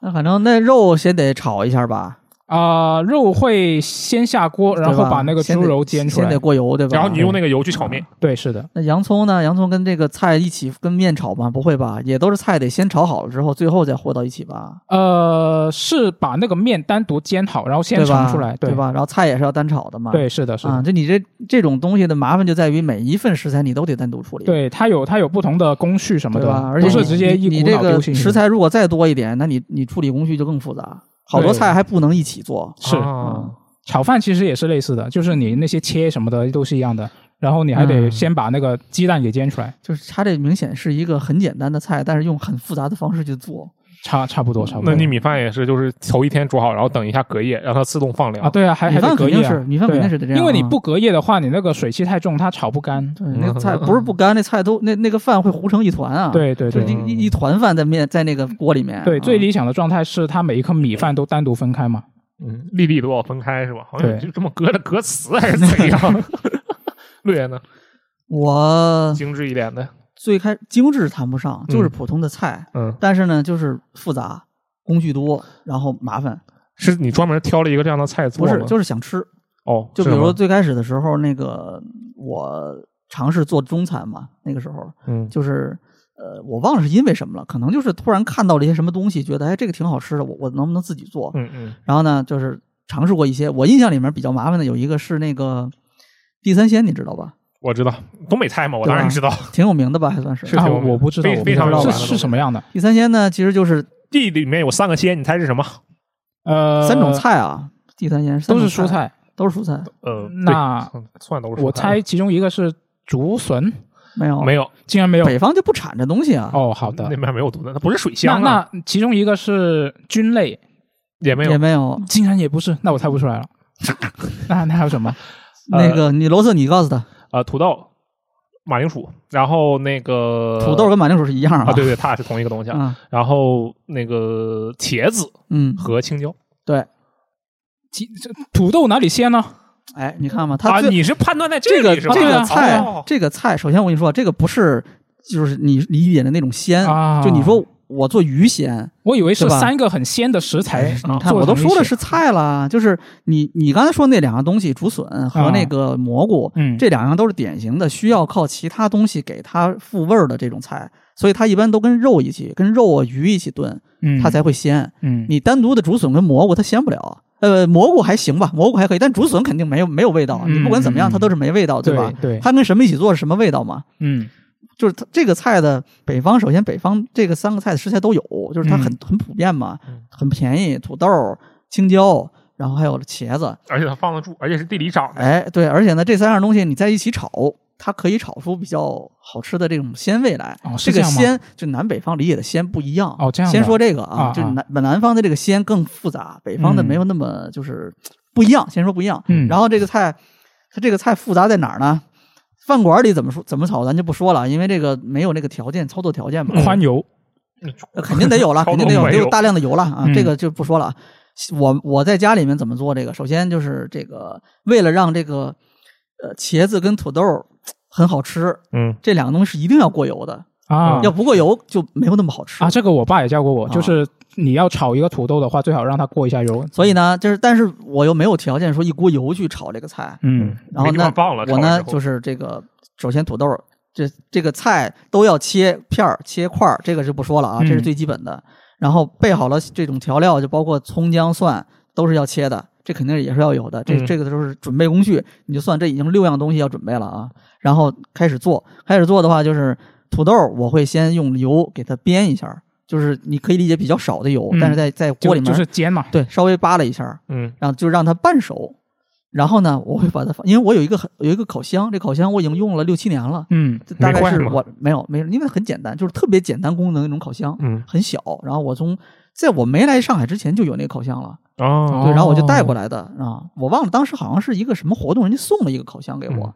那反正那肉先得炒一下吧，啊、肉会先下锅，然对后吧把那个先猪得肉煎出先来得。过油，对吧？然后你哎用那个油去炒面，对，是的，那洋葱呢？洋葱跟这个菜一起跟面炒吗？不会吧，也都是菜得先炒好了之后，最后再和到一起吧，呃，是把那个面单独煎好，然后先对吧盛出来，对吧？然后菜也是要单炒的嘛，对，是的，是的。啊，就你这这种东西的麻烦就在于每一份食材你都得单独处理，对，它有它有不同的工序什么对的，吧？而且不是你直接你一你股这脑个丢进去。食材如果再多一点，那你你处理工序就更复杂，好多对菜还不能一起做是、嗯啊炒饭其实也是类似的，就是你那些切什么的都是一样的，然后你还得嗯先把那个鸡蛋给煎出来，就是它这明显是一个很简单的菜，但是用很复杂的方式去做。差差不多差不多。那你米饭也是，就是头一天煮好，然后等一下隔夜，让它自动放凉啊，。对啊，还米还饭得肯隔定夜、啊是，米饭肯定是得这样啊，因为你不隔夜的话，你那个水汽太重，它炒不干。对那个菜不是不干，那菜都那那个饭会糊成一团啊，，对对就对一一一团饭在面在那个锅里面啊，对，最理想的状态是它每一颗米饭都单独分开嘛。嗯，粒粒都要分开是吧？好像对就这么隔着隔词还是怎 [LAUGHS] 样？陆爷呢？我精致一点的，最开精致谈不上，就是普通的菜，嗯，但是呢，就是复杂，工序多，然后麻烦，是你专门挑了一个这样的菜做不吗？是就是想吃，哦，就是比吗如说，最开始的时候，那个我尝试做中餐嘛，那个时候嗯就是呃，我忘了是因为什么了，可能就是突然看到了一些什么东西，觉得哎这个挺好吃的，我我能不能自己做？嗯嗯，然后呢，就是尝试过一些，我印象里面比较麻烦的有一个是那个地三鲜，你知道吧？ [LAUGHS] 我知道东北菜嘛，我当然知道。挺有名的吧，还算是是。啊，挺有名我不知道，非我不知非常道有是名是什么样的。地三鲜呢，其实就是地里面有三个鲜，你猜是什么？呃，三种菜啊，地三鲜都三是蔬种菜，菜。都是蔬菜，呃，对那算算都是我蔬菜猜其中一个是竹笋，没有没有，竟然没有。北方就不产这东西啊，哦，好的那。边没有毒的，它不是水那乡啊，那其中一个是菌类，也没也有嗯没有。竟然也不是，那我猜不出来 [LAUGHS] 了。那那还有什么？那个你罗瑟，你告诉他，呃土豆、马铃薯，然后那个土豆跟马铃薯是一样呃 [LAUGHS] 嗯啊，对对，它是同一个东西啊。啊，然后那个茄子嗯，和青椒对，鸡这土豆哪里鲜呢？哎，你看嘛，啊，他最你是判断在这个里是吧？这对个啊菜哦，这个菜，首先我跟你说，这个不是就是你理解的那种鲜，啊，就你说我做鱼鲜，我以为是对吧三个很鲜的食材哎，你看做我都成一说了起是菜啦，就是你你刚才说那两样东西，竹笋和那个蘑菇，嗯，这两样都是典型的需要靠其他东西给它复味儿的这种菜，所以它一般都跟肉一起，跟肉啊鱼一起炖，嗯它才会鲜。嗯你单独的竹笋跟蘑菇它鲜不了。呃，蘑菇还行吧，蘑菇还可以，但竹笋肯定没有没有味道。啊你不管怎么样，它都是没味道，对对吧？嗯对，它跟什么一起做是什么味道嘛？嗯就是它这个菜的北方，首先北方这个三个菜的食材都有，就是嗯它很、很普遍嘛嗯，很便宜，土豆、青椒，然后还有茄子，而且它放得住，而且是地里长的。哎，对，而且呢，这三样东西你在一起炒，它可以炒出比较好吃的这种鲜味来。哦是这个这样吗鲜就南北方理解的鲜不一样哦这样的先说这个啊啊就是南南方的这个鲜更复杂，北方的嗯没有那么就是不一样。先说不一样，嗯，然后这个菜，它这个菜复杂在哪儿呢？饭馆里怎么说怎么炒，咱就不说了，因为这个没有那个条件，操作条件嘛，宽油呃肯定得有 [LAUGHS] 了，超肯定得浓有，没得有有大量的油了啊，嗯这个就不说了啊。我我在家里面怎么做这个？首先就是这个，为了让这个呃茄子跟土豆儿很好吃，嗯，这两个东西是一定要过油的，啊嗯要不过油就没有那么好吃啊，。这个我爸也教过我，啊就是你要炒一个土豆的话，最好让它过一下油。所以呢，就是但是我又没有条件说一锅油去炒这个菜，嗯然后没地方呢，放了，我呢就是是这个，首先土豆儿这这个菜都要切片儿、切块儿，这个就不说了啊，嗯这是最基本的。然后备好了这种调料，就包括葱、姜、蒜，都是要切的，这肯定也是要有的。这嗯这个都是准备工序，你就算这已经六样东西要准备了啊。然后开始做，开始做的话就是土豆儿，我会先用油给它煸一下儿，就是你可以理解比较少的油，嗯但是在在就锅里面、就是煎嘛，对稍微扒了一下儿，嗯然后就让它半熟。然后呢，我会把它放，因为我有一个很有一个烤箱，这烤箱我已经用了六七年了，嗯这大没概坏是吗我没有没有，因为很简单，就是特别简单功能那种烤箱，嗯很小。然后我从在我没来上海之前就有那个烤箱了，哦，对，然后我就带过来的啊，我忘了当时好像是一个什么活动，人家送了一个烤箱给嗯我，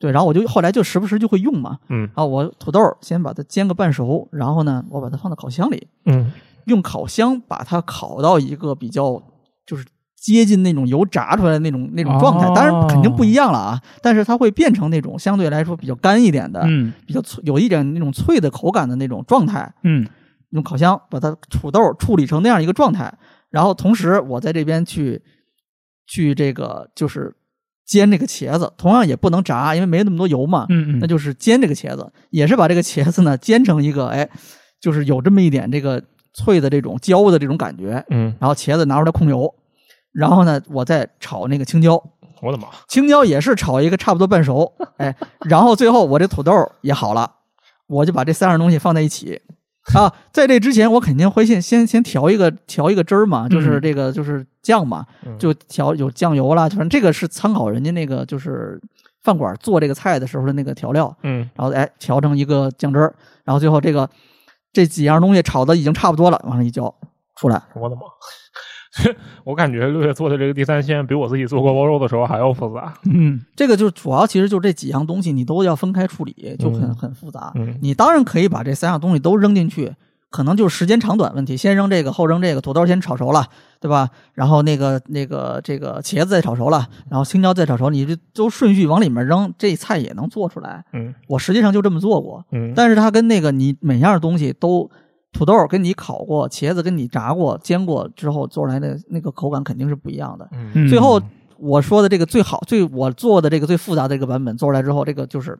对，然后我就后来就时不时就会用嘛，嗯然后我土豆儿先把它煎个半熟，然后呢，我把它放到烤箱里，嗯用烤箱把它烤到一个比较就是接近那种油炸出来的那种那种状态哦，当然肯定不一样了啊，但是它会变成那种相对来说比较干一点的，嗯比较脆，有一点那种脆的口感的那种状态，嗯用烤箱把它土豆处理成那样一个状态，然后同时我在这边去去这个就是煎这个茄子，同样也不能炸，因为没那么多油嘛，嗯嗯，那就是煎这个茄子，也是把这个茄子呢煎成一个哎，就是有这么一点这个脆的这种焦的这种感觉，嗯，然后茄子拿出来控油，然后呢我再炒那个青椒，我的妈，青椒也是炒一个差不多半熟，哎，然后最后我这土豆也好了，我就把这三样东西放在一起啊。在这之前，我肯定会先先先调一个调一个汁儿嘛，就是嗯这个就是酱嘛，嗯就调有酱油啦，反正这个是参考人家那个就是饭馆做这个菜的时候的那个调料，嗯然后哎调成一个酱汁儿，然后最后这个这几样东西炒的已经差不多了，往上一浇出来。我的妈！ [LAUGHS] 我感觉六月做的这个地三鲜比我自己做锅包肉的时候还要复杂。嗯这个就主要其实就这几样东西你都要分开处理，就很、嗯很复杂。嗯你当然可以把这三样东西都扔进去，可能就是时间长短问题，先扔这个后扔这个，土豆先炒熟了，对吧？然后那个那个这个茄子再炒熟了，然后青椒再炒熟，你这都顺序往里面扔，这菜也能做出来。嗯我实际上就这么做过，嗯，但是它跟那个你每样东西都。土豆跟你烤过，茄子跟你炸过、煎过之后做出来的那个口感肯定是不一样的。嗯嗯，最后我说的这个最好、最我做的这个最复杂的这个版本做出来之后，这个就是嘖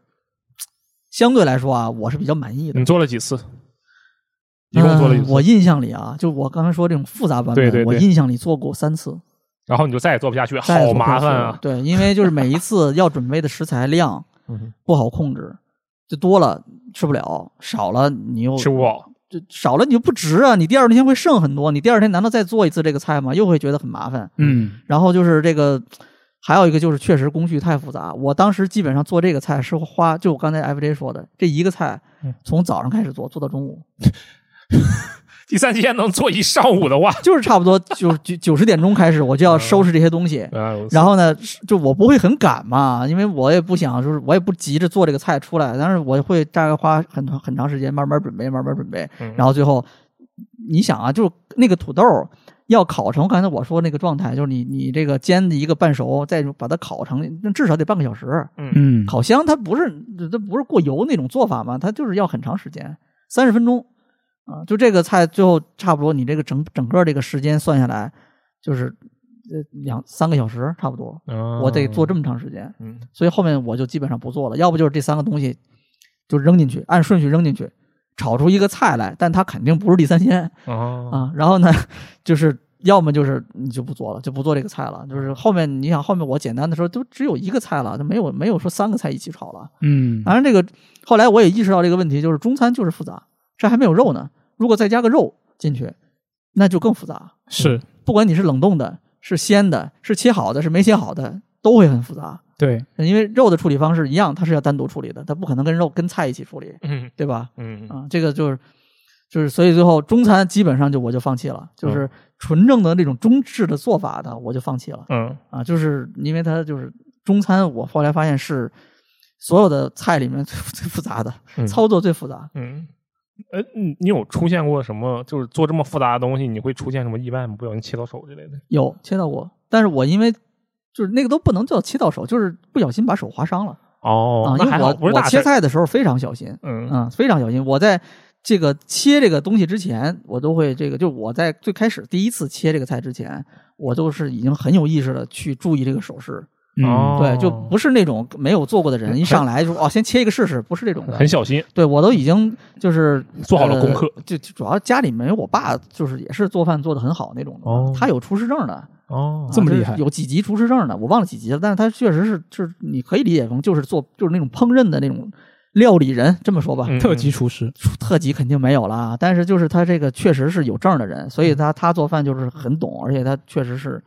相对来说啊，我是比较满意的。你做了几次？嗯一共做了几嗯次？我印象里啊，就我刚才说这种复杂版本，对啊对对我印象里做过三次，然后你就再也做不下去，再也好做不麻烦了啊！对，因为就是每一次要准备的食材量嗯不好控制，就多了吃不了，少了你又吃不饱。就少了你就不值啊！你第二天会剩很多，你第二天难道再做一次这个菜吗？又会觉得很麻烦。嗯然后就是这个，还有一个就是确实工序太复杂。我当时基本上做这个菜是花，就我刚才 FJ 说的，这一个菜嗯从早上开始做，做到中午，第三鲜能做一上午的话，就是差不多九九九十点钟开始，我就要收拾这些东西。啊，如此然后呢，是就我不会很赶嘛，因为我也不想，就是我也不急着做这个菜出来，但是我会大概花很长很长时间慢慢准备，慢慢准备嗯，然后最后，你想啊，就是那个土豆儿要烤成刚才我说那个状态，就是你你这个煎的一个半熟，再把它烤成，那至少得半个小时。嗯，烤箱它不是它不是过油那种做法嘛，它就是要很长时间，三十分钟啊，就这个菜最后差不多你这个整整个这个时间算下来就是呃两三个小时差不多，我得做这么长时间，嗯所以后面我就基本上不做了，要不就是这三个东西就扔进去，按顺序扔进去，炒出一个菜来，但它肯定不是地三鲜啊，啊，然后呢就是。要么就是你就不做了，就不做这个菜了。就是后面你想，后面我简单的时候都只有一个菜了，就没有没有说三个菜一起炒了。嗯当然，这个后来我也意识到这个问题，就是中餐就是复杂，这还没有肉呢。如果再加个肉进去，那就更复杂。嗯是不管你是冷冻的、是鲜的、是切好的、是没切好的，都会很复杂。对，因为肉的处理方式一样，它是要单独处理的，它不可能跟肉跟菜一起处理，嗯对吧？嗯啊，这个就是就是，所以最后中餐基本上就我就放弃了，嗯就是纯正的那种中式的做法的，我就放弃了。嗯啊，就是因为它就是中餐，我后来发现是所有的菜里面 [LAUGHS] 最最复杂的，嗯操作最复杂。嗯。呃，你你有出现过什么？就是做这么复杂的东西，你会出现什么意外吗？不小心切到手之类的？有切到过，但是我因为就是那个都不能叫切到手，就是不小心把手划伤了哦啊。那因为还好，我不是我大事切。菜的时候非常小心，嗯嗯，非常小心。我在这个切这个东西之前，我都会这个，就我在最开始第一次切这个菜之前，我都是已经很有意识的去注意这个手势，哦，对，就不是那种没有做过的人一上来就哦先切一个试试，不是这种的很，小心，对我都已经就是做好了功课。呃就就主要家里面我爸就是也是做饭做的很好那种的，哦他有厨师证的，啊哦这么就是厉害有几级厨师证的，我忘了几级了，但是他确实是就是你可以理解成就是做就是那种烹饪的那种料理人，这么说吧，嗯特级厨师，出特级肯定没有啦，但是就是他这个确实是有证的人，所以嗯他他做饭就是很懂，而且他确实是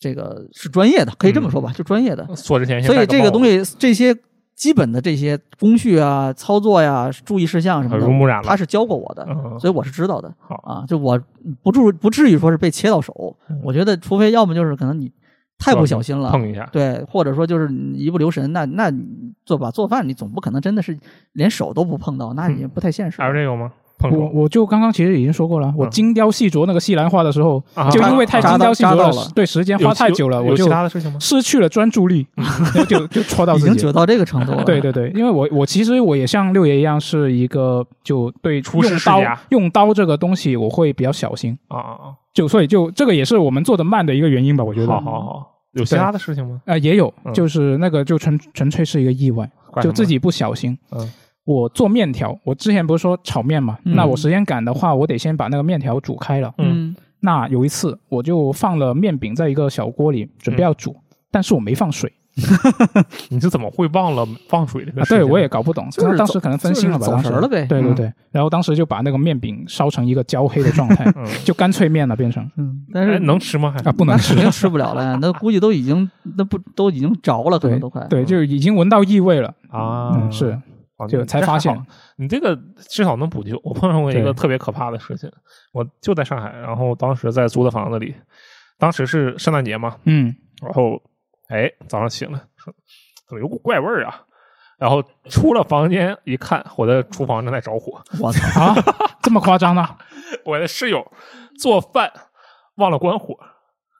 这个是专业的，可以嗯这么说吧，就专业的，做之前先所以戴这帽个子东西，这些基本的这些工序啊、操作呀、注意事项什么耳濡目染的，了他是教过我的，嗯所以我是知道的。好啊，就我不至不至于说是被切到手。嗯我觉得，除非要么就是可能你太不小心了，碰一 [LAUGHS] 下，对，或者说就是你一不留神，那那你做把做饭，你总不可能真的是连手都不碰到，那也不太现实。还有这个吗？碰我撞我就刚刚其实已经说过了，我嗯精雕细琢那个西兰花的时候，啊就因为太精雕细琢扎到扎到了对时间有花太有久了，我有就其他的嗯事情吗？失去了专注力，就 [LAUGHS] 就就戳到已自经己久了。到这个程度了。 [LAUGHS] 对对对，因为我我其实我也像六爷一样，是一个就对厨师用世刀家用刀这个东西我会比较小心，啊啊就所以就这个也是我们做的慢的一个原因吧，我觉啊！得。好好好，有其他的事情吗？呃，也有嗯，就是那个就纯纯粹是一个意外，怪什就么自己不小心。嗯，我做面条，我之前不是说炒面嘛，嗯那我时间赶的话，我得先把那个面条煮开了。嗯，那有一次，我就放了面饼在一个小锅里，准备要煮，但是我没放水你是怎么会忘了放水这个啊，事情哎对呢？我也搞不懂，就是当当走时可能分心了吧，就是当走时神了呗对对嗯，对，然后当时就把那个面饼烧成一个焦黑的状 [LAUGHS] 态嗯，就干脆面了，变成嗯，但哎是能吃吗？还啊不那能 [LAUGHS] 吃肯，定吃不了了呀，那估计都已经那不都已经着了，可能都快。对，就已经闻到异味了，啊嗯，，是啊就你才这发还现好， [LAUGHS] 你这个至少能补救。我碰上过一个对特别可怕的事情，我就在上海，然后当时在租的房子里，当时是圣诞节嘛，嗯然后哎早上醒了，说怎么有股怪味儿啊？然后出了房间一看，我的厨房正在着火， [LAUGHS] 我操，啊，这么夸张呢？啊 [LAUGHS] 我的室友做饭忘了关火。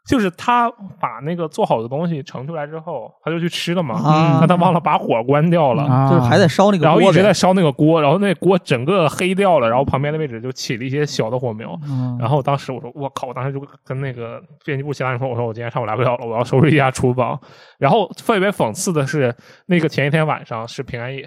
就是他把那个做好的东西盛出来之后，他就去吃了嘛，啊那他忘了把火关掉了，啊，就是还在烧那个然后锅一呗直在烧那个锅，然后那锅整个黑掉了，然后旁边的位置就起了一些小的火苗。嗯然后当时我说我靠，我当时就跟那个编辑部其他人说，我说我今天上午来不了了，我要收拾一下厨房。然后特别讽刺的是，那个前一天晚上是平安夜，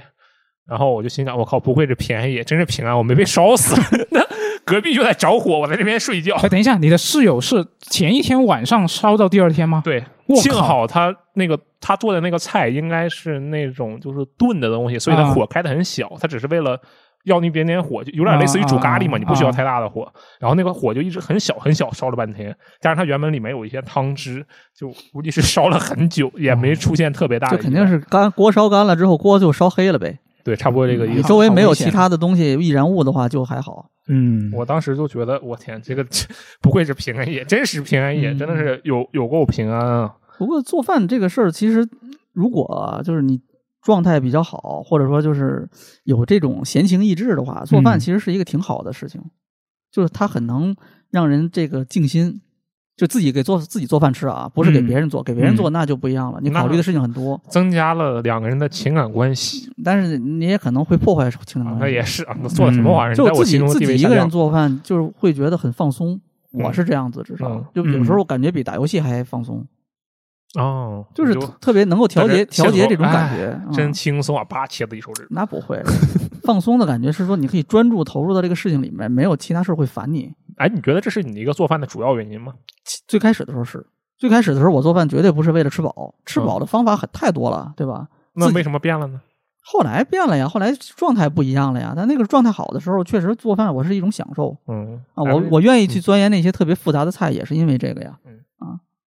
然后我就心想，我靠，不会是平安夜，真是平安，我没被烧死， [LAUGHS] 那隔壁就在着火，我在这边睡觉。哎，等一下，你的室友是前一天晚上烧到第二天吗？对我，靠幸好他那个他做的那个菜应该是那种就是炖的东西，所以他啊火开的很小，他只是为了要那点点火，就有点类似于煮咖喱嘛，啊啊你不需要太大的火。然后那个火就一直很小很小，烧了半天。加上它原本里面有一些汤汁，就估计是烧了很久，也哦没出现特别大的就意外。肯定是干锅烧干了之后，锅就烧黑了呗。对，差不多这个意嗯你思。周围没有好危险其他的东西易燃物的话，就还好。嗯，我当时就觉得，我天，这个不愧是平安夜，真是平安夜，嗯真的是有有够平安啊！不过做饭这个事儿，其实嗯如果啊就是你状态比较好，或者说就是有这种闲情逸致的话，做饭嗯其实是一个挺好的事情，就是它很能让人这个静心。就自己给做自己做饭吃啊，不是给嗯别人做，给别人做那就不一样了。你那考虑的事情很多，增加了两个人的情感关系但是你也可能会破坏情啊感，那关系。也是啊，那做了什么玩意儿？嗯就在我自己心中自地己位一下个降人。做饭，就是会觉得很放松。我嗯是这样子，至少嗯就有时候感觉比打游戏还放松，哦，就是你特别能够调在节这调节现这种做感觉。嗯真轻松啊！啪切自己手指，那不会， [LAUGHS] 放松的感觉是说你可以专注投入到这个事情里面，没有其他事儿会烦你。哎，你觉得这是你一个做饭的主要原因吗？其最开始的时候是，最开始的时候我做饭绝对不是为了吃饱，吃饱的嗯方法很太多了，对吧？那自己为什么变了呢？后来变了呀，后来状态不一样了呀。但那个状态好的时候，确实做饭我是一种享受嗯啊，哎我我愿意去钻研那些特别复杂的菜，也是因为这个呀。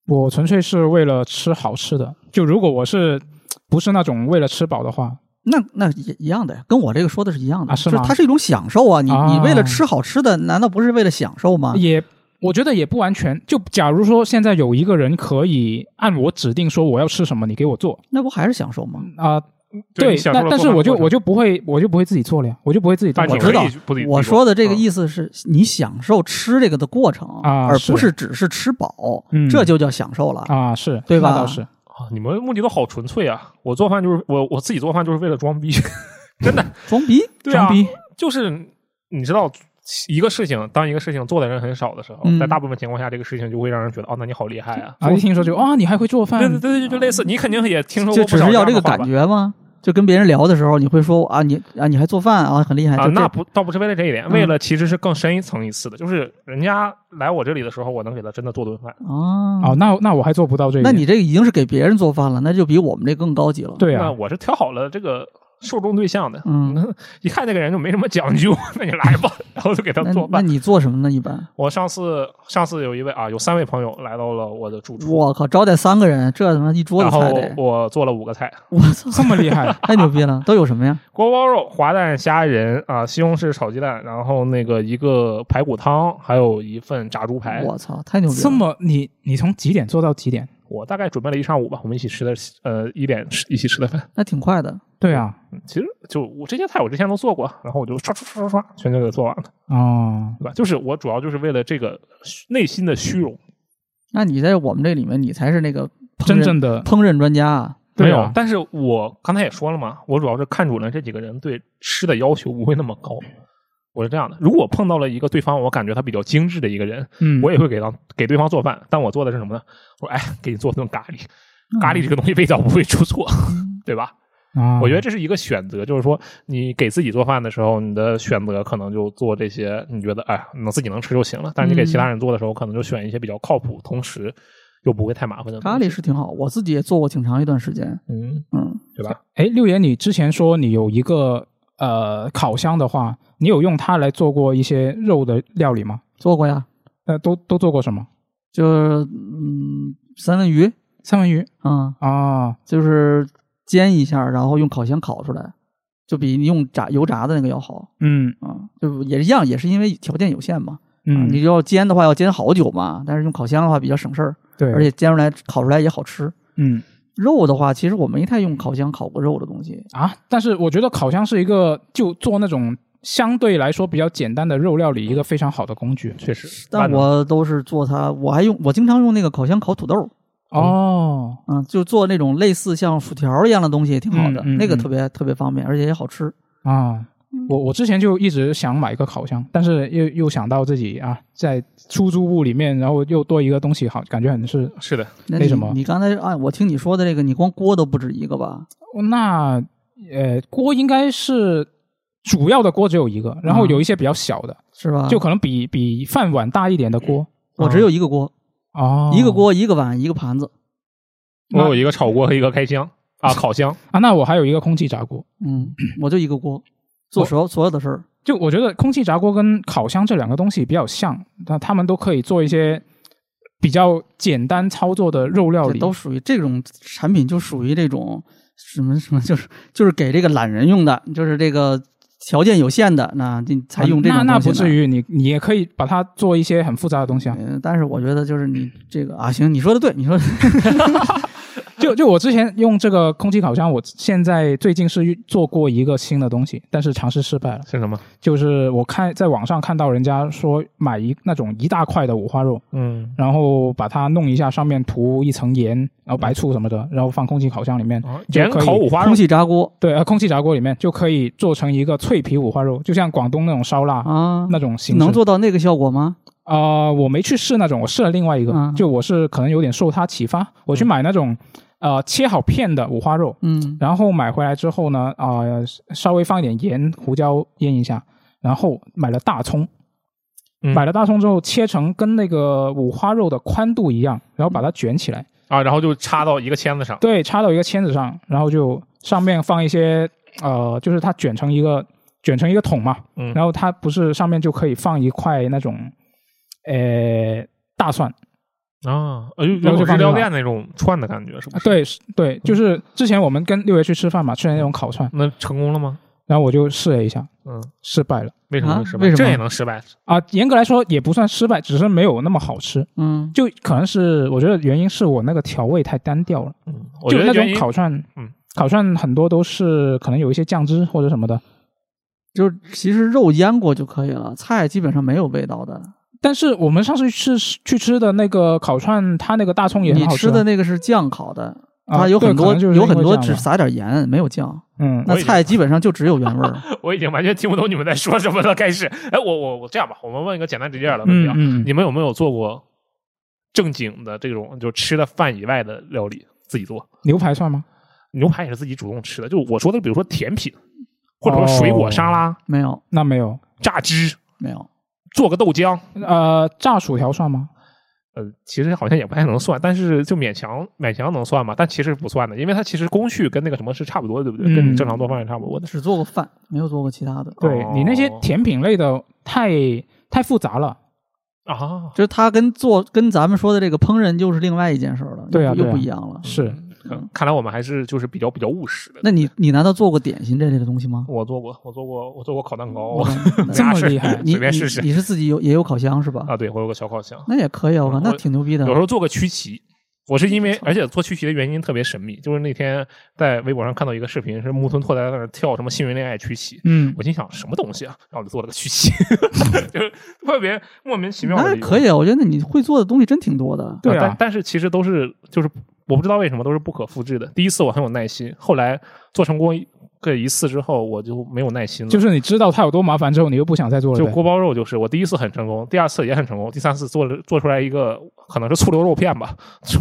我纯粹是为了吃好吃的。就如果我是不是那种为了吃饱的话，那那也一样的呀，跟我这个说的是一样的，啊是就吗它是一种享受啊！你你啊哎为了吃好吃的，难道不是为了享受啊吗？也我觉得也不完全。就假如说现在有一个人可以按我指定说我要吃什么，你给我做那不还是享受吗？啊、对，你对，享受但了但做是饭我的就过我就不会我就不会自己做了呀，我就不会自己做但了。我你知道可以不自己我做说的这个嗯意思是你享受吃这个的过程，啊而是不是只是吃饱，嗯这就叫享受了。啊，是对吧那倒是，程啊你们目的都好纯粹啊！我做饭就是我我自己做饭就是为了装逼， [LAUGHS] 真的装逼，对啊装逼，就是你知道。一个事情，当一个事情做的人很少的时候，嗯在大部分情况下，这个事情就会让人觉得，哦，那你好厉害啊！啊，一听说就啊，你还会做饭对对对，对就类似，你肯定也听说过嗯就不只少是这要这样的个话吧感觉吗？就跟别人聊的时候，你会说啊，你啊，你还做饭啊，很厉害。啊，就那这不倒不是为了这一点，嗯为了其实是更深一层一次的，就是人家来我这里的时候，我能给他真的做顿饭。哦，啊，那那我还做不到这一那点。你这个已经是给别人做饭了，那就比我们这更高级了。，对那啊，我是挑好了这个受众对象的， [LAUGHS] 嗯，一看这个人就没什么讲究， [LAUGHS] 那你来吧，然后就给他那做那饭。你做什么呢？一般，我上次上次有一位啊，有三位朋友来到了我的住处，我靠，招待三个人，这他妈一桌然子后菜得，我做了五个菜：我操，这么 [LAUGHS] 厉害太牛逼了！都有什么呀？锅包肉、滑蛋虾仁啊、西红柿炒鸡蛋，然后那个一个排骨汤，还有一份炸猪排。我操，太牛逼了！这么你你从几点做到几点？我大概准备了一上午吧，我们一起吃的呃一点一起吃的饭。那挺快的。对啊，嗯其实就我这些菜我之前都做过，然后我就刷刷刷刷刷全都给做完了，哦，对吧？就是我主要就是为了这个虚内心的虚荣，那你在我们这里面，你才是那个烹饪真正的烹饪专家啊。没对有啊，，但是我刚才也说了嘛，我主要是看准了这几个人对吃的要求不会那么高。我是这样的，如果碰到了一个对方我感觉他比较精致的一个人，嗯，我也会给到给对方做饭，但我做的是什么呢？我说哎，给你做顿咖喱，嗯咖喱这个东西味道不会出错，嗯对吧？啊，我觉得这是一个选择，就是说你给自己做饭的时候，你的选择可能就做这些，你觉得哎能自己能吃就行了。但是你给其他人做的时候，可能就选一些比较靠谱，同时又不会太麻烦的东西咖喱，是挺好，我自己也做过挺长一段时间。嗯，嗯，对吧？哎，六爷，你之前说你有一个呃烤箱的话，你有用它来做过一些肉的料理吗？做过呀，呃，都都做过什么？就是嗯三文鱼三文鱼啊、嗯，啊，就是煎一下，然后用烤箱烤出来，就比你用炸油炸的那个要好嗯啊、嗯。就也一样，也是因为条件有限嘛。啊嗯，你要煎的话要煎好久嘛，但是用烤箱的话比较省事儿，对，而且煎出来烤出来也好吃。嗯肉的话，其实我没太用烤箱烤过肉的东西，啊，但是我觉得烤箱是一个就做那种相对来说比较简单的肉料理一个非常好的工具确实，但万能我都是做它，我还用我经常用那个烤箱烤土豆，哦，嗯，就做那种类似像薯条一样的东西，也挺好的，嗯嗯那个嗯特别、特别方便，而且也好吃。啊。我我之前就一直想买一个烤箱，但是又又想到自己啊，在出租屋里面，然后又多一个东西好，感觉很是是的，那为你什么你刚才按我听你说的这个，你光锅都不止一个吧？那呃，锅应该是主要的锅只有一个，然后嗯有一些比较小的，是吧？就可能比比饭碗大一点的锅。我只有一个锅，哦，嗯一个锅，一个碗，一个盘子。我那有一个炒锅和一个开箱啊，烤箱，啊，那我还有一个空气炸锅。嗯，我就一个锅，哦做所有所有的事儿。就我觉得空气炸锅跟烤箱这两个东西比较像，那他们都可以做一些比较简单操作的肉料这理。都属于这种产品，就属于这种什么什么，就是就是给这个懒人用的，就是这个条件有限的，那你才用这种啊嗯那东西、那不至于。于，你你也可以把它做一些很复杂的东西啊。嗯，但是我觉得就是你这个啊，行，你说的对，你说的就就我之前用这个空气烤箱，我现在最近是做过一个新的东西，但是尝试失败了。是什么？就是我看在网上看到人家说买一那种一大块的五花肉，嗯，然后把它弄一下，上面涂一层盐，然后白醋什么的，然后放空气烤箱里面，哦啊就盐可以烤五花肉空，气炸锅对，呃，空气炸锅里面就可以做成一个脆皮五花肉，就像广东那种烧腊、啊，那种形式。能做到那个效果吗？呃，我没去试那种，我试了另外一个，嗯就我是可能有点受它启发，我去买那种呃切好片的五花肉，嗯，然后买回来之后呢，啊、稍微放一点盐、胡椒腌一下，然后买了大葱，嗯买了大葱之后切成跟那个五花肉的宽度一样，然后把它卷起来，啊，然后就插到一个签子上，对，插到一个签子上，然后就上面放一些呃，就是它卷成一个卷成一个桶嘛，嗯然后它不是上面就可以放一块那种呃大蒜，啊，哎呦，有然后就种日放料进来店那种串的感觉，是不啊是？对是对，就是之前我们跟六爷去吃饭嘛，吃的那种烤串，那成功了吗？然后我就试了一下，嗯，失败了。为什么啊会失败？为什么这也能失败？啊，严格来说也不算失败，只是没有那么好吃，嗯，就可能是我觉得原因是我那个调味太单调了，嗯，我就觉那得种原因烤串，嗯，烤串很多都是可能有一些酱汁或者什么的，就是其实肉腌过就可以了，菜基本上没有味道的。但是我们上次去吃去吃的那个烤串，它那个大葱也你很好吃啊的那个是酱烤的，啊它有对很可多能就是有因为很多这样只吧撒点盐，没有酱，嗯那我也菜基本上就只有原味儿。我已经完全听不懂你们在说什么了。开始，哎，我我我这样吧，我们问一个简单直接点的问题啊，嗯嗯你们有没有做过正经的这种就吃的饭以外的料理自己做？牛排算吗？牛排也是自己主动吃的，就我说的，比如说甜品，或者说哦水果沙拉、没有，那没有，榨汁，没有，做个豆浆，呃，炸薯条算吗？呃，其实好像也不太能算，但是就勉强勉强能算吧，但其实不算的，因为它其实工序跟那个什么是差不多的，对不对？嗯跟你正常做饭是差不多的。只做过饭，没有做过其他的。对哦你那些甜品类的太太复杂了，啊，就是它跟做跟咱们说的这个烹饪又是另外一件事儿了，对啊又不对啊又不一样了。是嗯看来我们还是就是比较比较务实的。那你你难道做过点心这类的东西吗？我做过，我做过，我做过烤蛋糕， [LAUGHS] 我看这么俩事儿厉害你 [LAUGHS] 随便你试试你是自己有也有烤箱是吧？啊。对，我有个小烤箱，那也可以啊，我看嗯那我挺牛逼的有时。候做个曲奇，我是因为，而且做曲奇的原因特别神秘，就是那天在微博上看到一个视频，是木村拓哉在那儿跳什么《幸运恋爱》曲奇，嗯，我心想什么东西啊，然后我就做了个曲奇， [LAUGHS] 就是特别莫名其妙的那一个。可以啊，我觉得你会做的东西真挺多的。对但啊，但是其实都是就是我不知道为什么都是不可复制的。第一次我很有耐心，后来做成功个一次之后，我就没有耐心了。就是你知道它有多麻烦之后，你又不想再做了就呗。锅包肉，就是我第一次很成功，第二次也很成功，第三次做了做出来一个可能是醋溜肉片吧，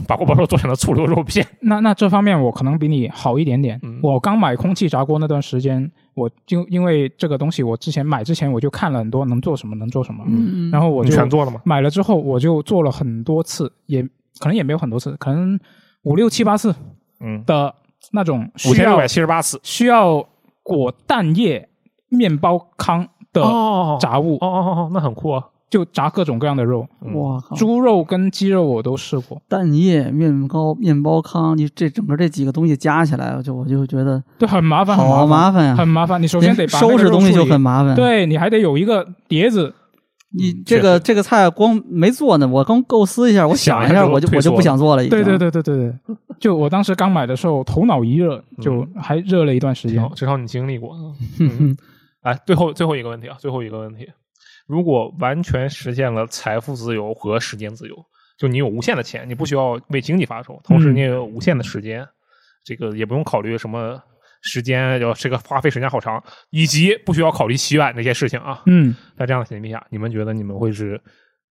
把锅包肉做成了醋溜肉片。那那这方面我可能比你好一点点。嗯我刚买空气炸锅那段时间，我就因为这个东西，我之前买之前我就看了很多能做什么能做什么，嗯然后我你就全做了吗？买了之后我就做了很多次，也可能也没有很多次，可能五六七八次嗯，的那种五需千六百要七十八次。需要裹蛋液面包糠的哦炸物，哦哦哦哦，那很酷啊！就炸各种各样的肉，嗯我靠，猪肉跟鸡肉我都试过。蛋液、面包、面包糠，你这整个这几个东西加起来，我就我就觉得对，很麻烦，很好麻麻烦烦，呀很。麻烦。你首先得把那个收拾肉东西处就理很麻烦。，对你还得有一个碟子，你嗯这确个这个菜光没做呢，我刚构思一下，我想想一一下下，就我就退我就缩不了想做了。已经对对，对对对对， [LAUGHS] 就我当时刚买的时候，头脑一热，就嗯还热了一段时至间少。至少你经历过。啊哼哎，最后最后一个问题啊，最后一个问题，如果完全实现了财富自由和时间自由，就你有无限的钱，你不需要为经济发愁，同时你也有无限的时间，这个也不用考虑什么时间要这个花费时间好长，以及不需要考虑洗碗这些事情啊。嗯，在这样的情况下，你们觉得你们会是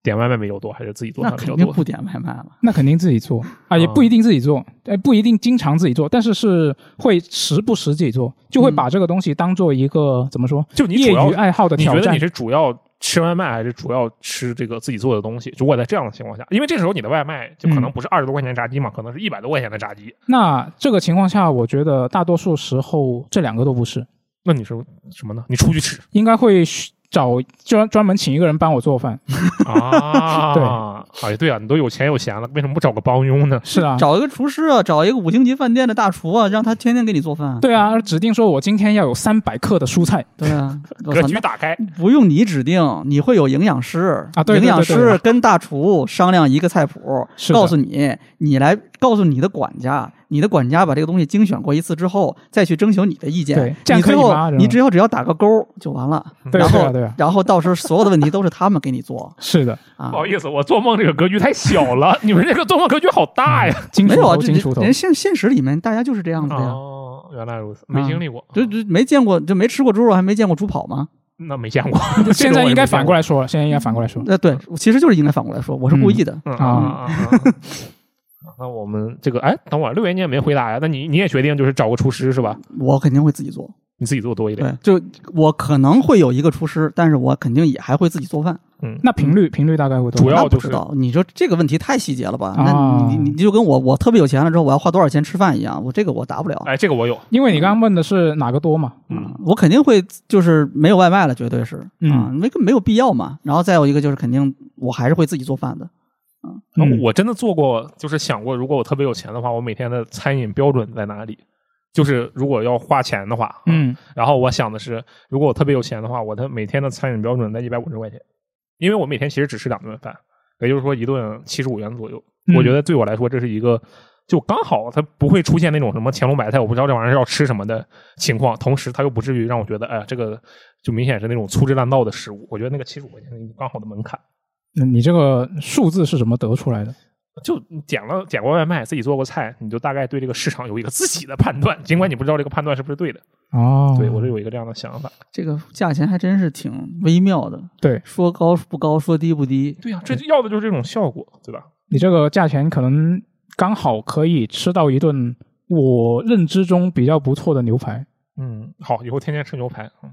点外卖比较多，还是自己做那饭比肯较定多？不点外卖了。那肯定自己做啊，也啊不一定自己做，哎，不一定经常自己做，但是是会时不时自己做，就会嗯把这个东西当做一个怎么说，就你业主要余爱好的你挑觉得战你。是主要吃外卖，还是主要吃这个自己做的东西？如果在这样的情况下，因为这时候你的外卖就嗯可能不是二十多块钱炸鸡嘛，可能是一百多块钱的炸鸡。那这个情况下，我觉得大多数时候这两个都不是，那你是什么呢？你出去 [LAUGHS] 吃应该会去找专专门请一个人帮我做饭。啊？对，哎，对啊，你都有钱有闲了，为什么不找个帮佣呢？是啊，找一个厨师啊，找一个五星级饭店的大厨啊，让他天天给你做饭。对啊，指定说我今天要有三百克的蔬菜， [LAUGHS] 对啊，我格操，局那打开，不用你指定，你会有营养师啊对对对营养对对师跟大厨商量一个菜谱，是的告诉你，你来告诉你的管家，你的管家把这个东西精选过一次之后，再去征求你的意见。对这样你最可以后吗这样你只要只要打个勾就完了，对啊然对啊后对啊，然后到时候所有的问题都是他们给你 [LAUGHS] 做是的，啊不。好意思，我做梦这个格局太小了，你们这个做梦格局好大呀！金没锄有啊，头，这金锄头人。现现实里面大家就是这样子的呀，哦，原来如此，没经历过，就就没见过就没吃过猪肉，还没见过猪跑吗？那没见过。啊现在应该反过来来说了，现在应该反过来说。那呃对，其实就是应该反过来说，我是故意的。啊啊！ [LAUGHS] 嗯嗯那我们这个，哎，等会儿六爷你也没回答呀？那你你也决定就是找个厨师是吧？我肯定会自己做。你自己做多一点。对，就我可能会有一个厨师，但是我肯定也还会自己做饭。那频率频率大概会多嗯少？主要那不就是知道，你说这个问题太细节了吧？啊那你你你就跟我我特别有钱了之后我要花多少钱吃饭一样，我这个我答不了。哎，这个我有，因为你刚刚问的是哪个多嘛？嗯，我肯定会就是没有外卖了，绝对是嗯啊，没没有必要嘛。然后再有一个就是肯定我还是会自己做饭的。嗯我真的做过，就是想过，如果我特别有钱的话，我每天的餐饮标准在哪里？就是如果要花钱的话，，啊嗯，然后我想的是，如果我特别有钱的话，我的每天的餐饮标准在一百五十块钱，因为我每天其实只吃两顿饭，也就是说一顿七十五元左右。嗯我觉得对我来说，这是一个就刚好，它不会出现那种什么乾隆白菜，我不知道这玩意儿要吃什么的情况，同时它又不至于让我觉得，哎呀，这个就明显是那种粗制滥造的食物。我觉得那个七十五块钱是一个刚好的门槛。那你这个数字是怎么得出来的？就你点了点过外卖，自己做过菜，你就大概对这个市场有一个自己的判断，尽管你不知道这个判断是不是对的。哦，对我是有一个这样的想法。这个价钱还真是挺微妙的，对说高不高，说低不低。对呀、这要的就是这种效果，对吧？你这个价钱可能刚好可以吃到一顿我认知中比较不错的牛排。嗯，好，以后天天吃牛排，嗯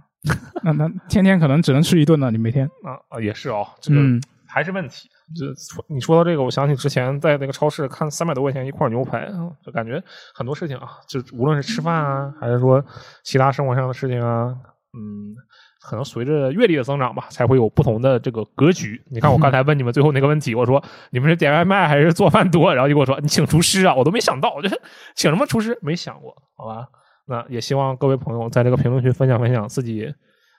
那那天天可能只能吃一顿了，你每天。啊啊也是哦，这个嗯，还是问题。这你说到这个，我想起之前在那个超市看三百多块钱一块牛排，嗯就感觉很多事情啊，就无论是吃饭啊，还是说其他生活上的事情啊，嗯，可能随着阅历的增长吧，才会有不同的这个格局。你看我刚才问你们最后那个问题，我说你们是点外卖还是做饭多？然后就跟我说你请厨师啊，我都没想到，我就是请什么厨师没想过，好吧？那也希望各位朋友在这个评论区分享分享自己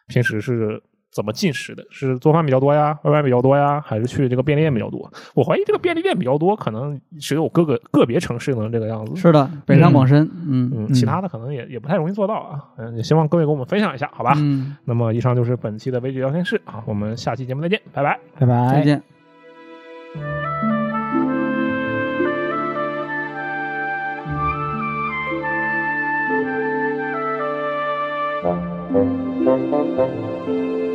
平时是怎么进食的？是做饭比较多呀，外卖比较多呀，还是去这个便利店比较多？我怀疑这个便利店比较多，可能只有各个个别城市能这个样子。是的，北上广深，嗯嗯，其他的可能也也不太容易做到啊。嗯，也希望各位给我们分享一下，好吧？嗯，那么以上就是本期的微局聊天室啊，我们下期节目再见，拜拜。拜拜，再见。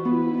Thank you.